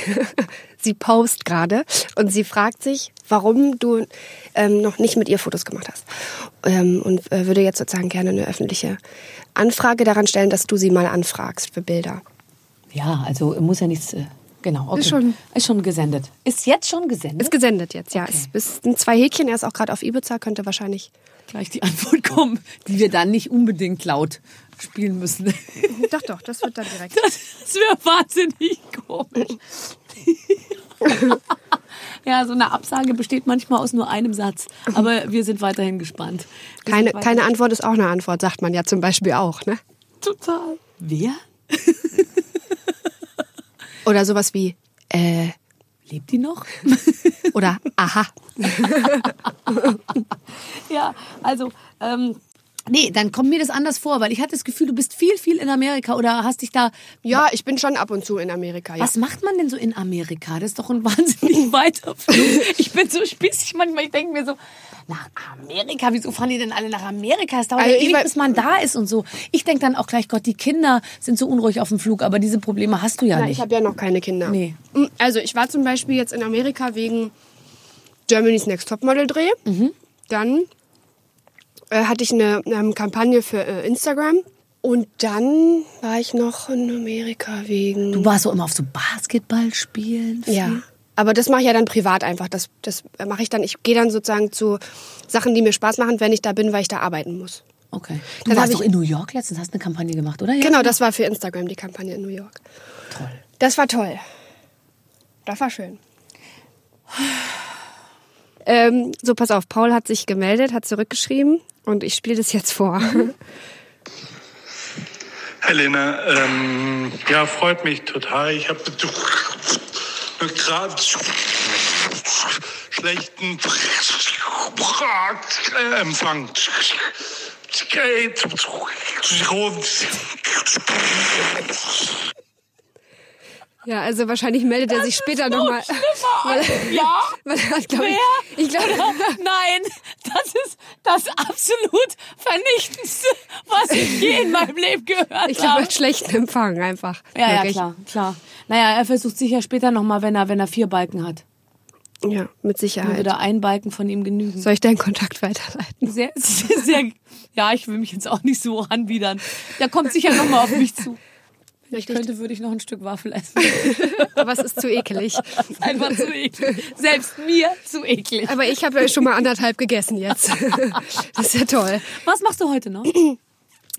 Speaker 4: sie post gerade und sie fragt sich, warum du ähm, noch nicht mit ihr Fotos gemacht hast. Ähm, und äh, würde jetzt sozusagen gerne eine öffentliche Anfrage daran stellen, dass du sie mal anfragst für Bilder.
Speaker 2: Ja, also muss ja nichts. äh, Genau, okay. Ist schon, ist schon gesendet. Ist jetzt schon gesendet?
Speaker 4: Ist gesendet jetzt, ja. Es ist ein zwei Häkchen, er ist auch gerade auf Ibiza, könnte wahrscheinlich.
Speaker 2: gleich die Antwort kommen, die wir dann nicht unbedingt laut spielen müssen.
Speaker 4: <laughs> Doch, doch, das wird dann direkt.
Speaker 2: Das wäre wahnsinnig komisch. <laughs> ja, so eine Absage besteht manchmal aus nur einem Satz. Aber wir sind weiterhin gespannt. Wir
Speaker 4: Keine,
Speaker 2: sind weiter-
Speaker 4: keine Antwort ist auch eine Antwort, sagt man ja zum Beispiel auch, ne?
Speaker 2: Total. Wer?
Speaker 4: Oder sowas wie, äh,
Speaker 2: Lebt die noch?
Speaker 4: <laughs> oder aha.
Speaker 2: <laughs> ja, also. Ähm, Nee, dann kommt mir das anders vor, weil ich hatte das Gefühl, du bist viel, viel in Amerika oder hast dich da.
Speaker 4: Ja, ich bin schon ab und zu in Amerika. Ja.
Speaker 2: Was macht man denn so in Amerika? Das ist doch ein <laughs> wahnsinnig weiter Flug. Ich bin so spießig manchmal. Ich denke mir so, nach Amerika, wieso fahren die denn alle nach Amerika? Es dauert
Speaker 4: Also
Speaker 2: ja
Speaker 4: ich
Speaker 2: ewig,
Speaker 4: wei-
Speaker 2: bis man da ist und so. Ich denke dann auch gleich, Gott, die Kinder sind so unruhig auf dem Flug, aber diese Probleme hast du ja
Speaker 4: Na, ich
Speaker 2: nicht.
Speaker 4: habe ja noch keine Kinder.
Speaker 2: Nee.
Speaker 4: Also ich war zum Beispiel jetzt in Amerika wegen Germany's Next Topmodel Dreh. Dann äh, hatte ich eine ähm, Kampagne für äh, Instagram. Und dann war ich noch in Amerika wegen...
Speaker 2: Du warst so immer auf so Basketball spielen.
Speaker 4: Ja. Aber das mache ich ja dann privat einfach. Das, das mache ich dann. Ich gehe dann sozusagen zu Sachen, die mir Spaß machen, wenn ich da bin, weil ich da arbeiten muss.
Speaker 2: Okay. Du
Speaker 4: Dann hab
Speaker 2: warst
Speaker 4: ich-
Speaker 2: doch in New York letztens, hast eine Kampagne gemacht, oder? Ja.
Speaker 4: Genau, das war für Instagram die Kampagne in New York.
Speaker 2: Toll.
Speaker 4: Das war toll. Das war schön. Ähm, so, pass auf, Paul hat sich gemeldet, hat zurückgeschrieben und ich spiele das
Speaker 2: <laughs>
Speaker 4: jetzt vor.
Speaker 8: Helena, ähm, ja, freut mich total. Ich habe gerade schlechten Empfang.
Speaker 4: Ja, also wahrscheinlich meldet er sich später nochmal.
Speaker 2: Ja?
Speaker 4: Weil er hat, <laughs> glaub ich,
Speaker 2: Wer?
Speaker 4: ich glaube,
Speaker 2: Nein, das ist das absolut Vernichtendste, was ich je in meinem Leben gehört habe.
Speaker 4: ich glaube, er hat schlechten Empfang einfach.
Speaker 2: Ja, ja,
Speaker 4: Wirklich.
Speaker 2: klar, klar. Naja, er versucht sicher später nochmal, wenn er, wenn er vier Balken hat.
Speaker 4: Ja, mit
Speaker 2: Dann
Speaker 4: Sicherheit.
Speaker 2: würde ein Balken von ihm genügen.
Speaker 4: Soll ich deinen Kontakt weiterleiten?
Speaker 2: Sehr, sehr, sehr, ja, ich will mich jetzt auch nicht so anbiedern. Da kommt sicher nochmal auf mich zu. Wenn ich könnte, würde ich noch ein Stück Waffel essen.
Speaker 4: <laughs> Aber es ist zu ekelig.
Speaker 2: Einfach zu eklig. Selbst mir zu eklig.
Speaker 4: Aber ich habe ja schon mal anderthalb gegessen <laughs> jetzt. Das ist ja toll.
Speaker 2: Was machst du heute noch?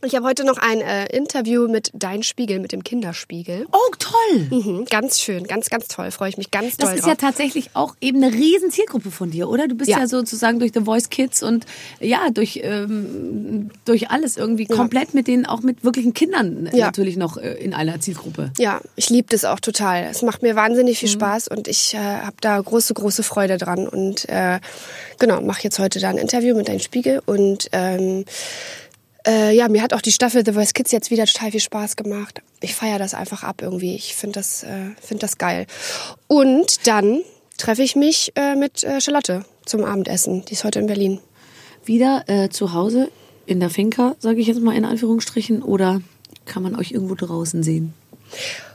Speaker 4: Ich habe heute noch ein äh, Interview mit Dein Spiegel, mit dem Kinderspiegel.
Speaker 2: Oh, toll!
Speaker 4: Mhm, ganz schön, ganz, ganz toll. Freue ich mich ganz
Speaker 2: Das
Speaker 4: doll
Speaker 2: ist ja
Speaker 4: drauf.
Speaker 2: tatsächlich auch eben eine riesen Zielgruppe von dir, oder? Du bist ja,
Speaker 4: Ja.
Speaker 2: sozusagen durch The Voice Kids und ja, durch, ähm, durch alles irgendwie komplett mit denen, auch mit wirklichen Kindern
Speaker 4: Ja.
Speaker 2: natürlich noch äh, in einer Zielgruppe.
Speaker 4: ja, ich liebe das auch total. Es macht mir wahnsinnig viel Spaß und ich äh, habe da große, große Freude dran. Und äh, genau, mache jetzt heute da ein Interview mit Dein Spiegel. Und ähm, äh, ja, mir hat auch die Staffel The Voice Kids jetzt wieder total viel Spaß gemacht. Ich feiere das einfach ab irgendwie. Ich finde das, äh, find das geil. Und dann treffe ich mich äh, mit äh, Charlotte zum Abendessen. Die ist heute in Berlin.
Speaker 2: Wieder äh, zu Hause in der Finca, sage ich jetzt mal in Anführungsstrichen, oder kann man euch irgendwo draußen sehen?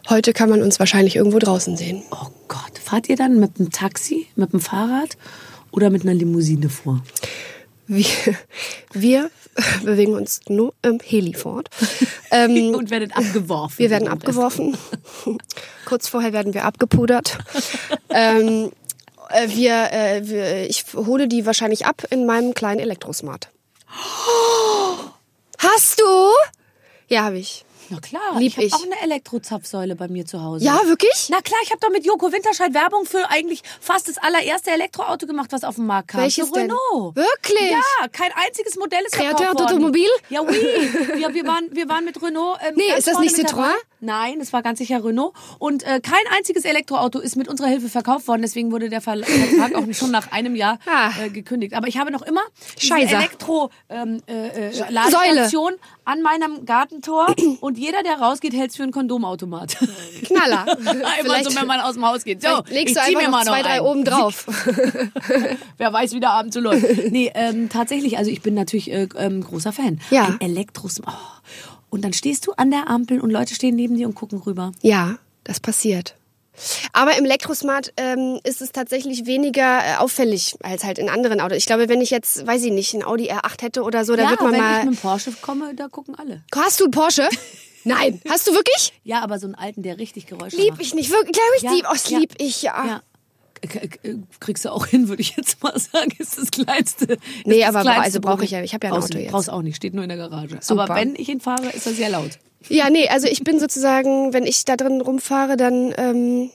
Speaker 4: Heute kann man uns wahrscheinlich irgendwo draußen sehen.
Speaker 2: Oh Gott, fahrt ihr dann mit dem Taxi, mit dem Fahrrad oder mit einer Limousine vor?
Speaker 4: Wir, wir bewegen uns nur im Heli fort. <laughs>
Speaker 2: <laughs>
Speaker 4: Ähm,
Speaker 2: Und werdet abgeworfen.
Speaker 4: Wir werden abgeworfen. Kurz vorher werden wir abgepudert. ähm, äh, wir, äh, wir, ich hole die wahrscheinlich ab in meinem kleinen Elektrosmart. Hast du? Ja, habe ich.
Speaker 2: Na klar,
Speaker 4: Lieb
Speaker 2: ich habe
Speaker 4: ich.
Speaker 2: auch eine Elektrozapfsäule bei mir zu Hause.
Speaker 4: Ja, wirklich?
Speaker 2: Na klar, ich habe doch mit Joko Winterscheid Werbung für eigentlich fast das allererste Elektroauto gemacht, was auf dem Markt kam.
Speaker 4: Welches
Speaker 2: Für
Speaker 4: denn?
Speaker 2: Renault.
Speaker 4: Wirklich?
Speaker 2: Ja, kein einziges Modell ist
Speaker 4: Créateur
Speaker 2: verkauft worden.
Speaker 4: d'Automobile?
Speaker 2: Ja,
Speaker 4: <laughs>
Speaker 2: oui. Wir, wir, waren, wir waren mit Renault. Ähm,
Speaker 4: Nee,
Speaker 2: ganz
Speaker 4: ist das
Speaker 2: vorne
Speaker 4: nicht
Speaker 2: mit
Speaker 4: Citroën?
Speaker 2: dabei. Nein, es war ganz sicher Renault. Und äh, kein einziges Elektroauto ist mit unserer Hilfe verkauft worden. Deswegen wurde der Ver- Vertrag auch schon nach einem Jahr
Speaker 4: Ah.
Speaker 2: äh, gekündigt. Aber ich habe noch immer diese
Speaker 4: Scheiße.
Speaker 2: elektro ähm, äh, äh, Ladestation an meinem Gartentor. Und jeder, der rausgeht, hält es für einen
Speaker 4: <laughs>
Speaker 2: Kondomautomat.
Speaker 4: Knaller.
Speaker 2: <laughs> Immer so, wenn man aus dem Haus geht. So,
Speaker 4: vielleicht
Speaker 2: ich
Speaker 4: legst du
Speaker 2: zieh mir
Speaker 4: einfach
Speaker 2: mal
Speaker 4: noch zwei,
Speaker 2: noch
Speaker 4: drei
Speaker 2: einen.
Speaker 4: oben drauf.
Speaker 2: Wer weiß, wie der Abend so läuft. <laughs> Nee, ähm, tatsächlich, also ich bin natürlich äh, ähm, großer Fan.
Speaker 4: Ja.
Speaker 2: Ein Elektros. Oh. Und dann stehst du an der Ampel und Leute stehen neben dir und gucken rüber.
Speaker 4: Ja, das passiert. Aber im Elektrosmart ähm, ist es tatsächlich weniger äh, auffällig als halt in anderen Autos. Ich glaube, wenn ich jetzt, weiß ich nicht, einen Audi R8 hätte oder so, da
Speaker 2: ja,
Speaker 4: wird man
Speaker 2: wenn
Speaker 4: mal.
Speaker 2: ich mit dem Porsche komme, da gucken alle.
Speaker 4: Hast du
Speaker 2: <laughs>
Speaker 4: einen Porsche? Nein. Hast du wirklich?
Speaker 2: Ja, aber so einen alten, der richtig Geräusche
Speaker 4: Lieb
Speaker 2: macht.
Speaker 4: ich nicht. Wirklich, glaube ich,
Speaker 2: Ja,
Speaker 4: lieb. Oh, das
Speaker 2: ja.
Speaker 4: lieb ich, ja.
Speaker 2: Ja. K- k- Kriegst du auch <laughs> hin, würde ich jetzt mal sagen, ist das kleinste. Ist
Speaker 4: Nee,
Speaker 2: das
Speaker 4: aber
Speaker 2: kleinste
Speaker 4: also brauche
Speaker 2: Problem.
Speaker 4: ich ja- ich habe ja ein
Speaker 2: brauchst,
Speaker 4: Auto
Speaker 2: du-
Speaker 4: jetzt.
Speaker 2: Brauchst auch nicht, steht nur in der Garage.
Speaker 4: Super.
Speaker 2: Aber wenn ich ihn fahre, ist er sehr laut.
Speaker 4: Ja, nee, also ich bin sozusagen, wenn ich da drin rumfahre, dann ähm,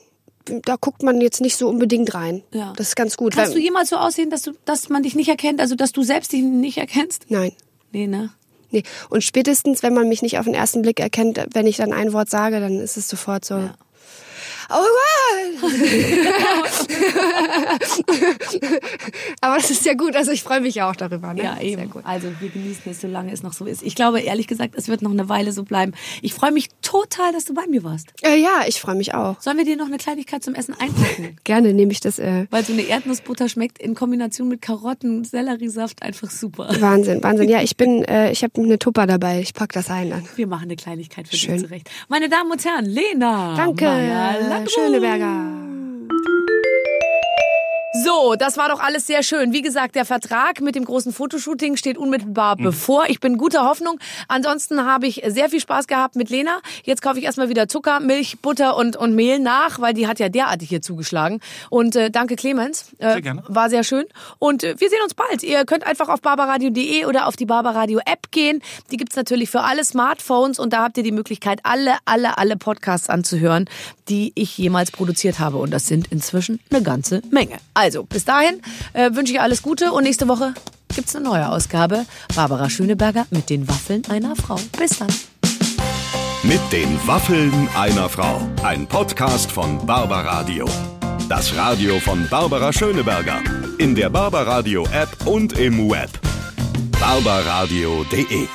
Speaker 4: da guckt man jetzt nicht so unbedingt rein.
Speaker 2: Ja.
Speaker 4: Das ist ganz gut.
Speaker 2: Kannst du
Speaker 4: weil,
Speaker 2: jemals so aussehen, dass, du, dass man dich nicht erkennt, also dass du selbst dich nicht erkennst?
Speaker 4: nein.
Speaker 2: Nee, ne?
Speaker 4: Nee. Und spätestens, wenn man mich nicht auf den ersten Blick erkennt, wenn ich dann ein Wort sage, dann ist es sofort so. Oh wow! <laughs> Aber das ist ja gut, also ich freue mich ja auch darüber. Ne?
Speaker 2: Ja,
Speaker 4: Sehr
Speaker 2: eben.
Speaker 4: gut.
Speaker 2: Also wir genießen es, solange es noch so ist. Ich glaube, ehrlich gesagt, es wird noch eine Weile so bleiben. Ich freue mich total, dass du bei mir warst.
Speaker 4: Äh, ja, ich freue mich auch.
Speaker 2: Sollen wir dir noch eine Kleinigkeit zum Essen <laughs> einpacken?
Speaker 4: Gerne nehme ich das. Äh,
Speaker 2: Weil so eine Erdnussbutter schmeckt in Kombination mit Karotten, Selleriesaft einfach super.
Speaker 4: Wahnsinn, Wahnsinn. Ja, ich bin, äh, ich habe eine Tupper dabei. Ich pack das ein dann.
Speaker 2: Wir machen eine Kleinigkeit für
Speaker 4: Schön.
Speaker 2: dich zurecht. Meine Damen und Herren, Lena.
Speaker 4: Danke,
Speaker 2: Meyer-Landrut.
Speaker 4: Schöneberger.
Speaker 5: So, das war doch alles sehr schön. Wie gesagt, der Vertrag mit dem großen Fotoshooting steht unmittelbar
Speaker 3: Mhm.
Speaker 5: bevor. Ich bin guter Hoffnung. Ansonsten habe ich sehr viel Spaß gehabt mit Lena. Jetzt kaufe ich erstmal wieder Zucker, Milch, Butter und, und Mehl nach, weil die hat ja derartig hier zugeschlagen. Und äh, danke Clemens. Äh,
Speaker 3: Sehr gerne.
Speaker 5: War sehr schön. Und äh, wir sehen uns bald. Ihr könnt einfach auf barbaradio.de oder auf die Barbaradio App gehen. Die gibt's natürlich für alle Smartphones und da habt ihr die Möglichkeit, alle, alle, alle Podcasts anzuhören, die ich jemals produziert habe. Und das sind inzwischen eine ganze Menge. Also, bis dahin äh, wünsche ich alles Gute und nächste Woche gibt's eine neue Ausgabe. Barbara Schöneberger mit den Waffeln einer Frau. Bis dann.
Speaker 1: Mit den Waffeln einer Frau. Ein Podcast von Barbaradio. Das Radio von Barbara Schöneberger. In der Barbaradio App und im Web. barbaradio.de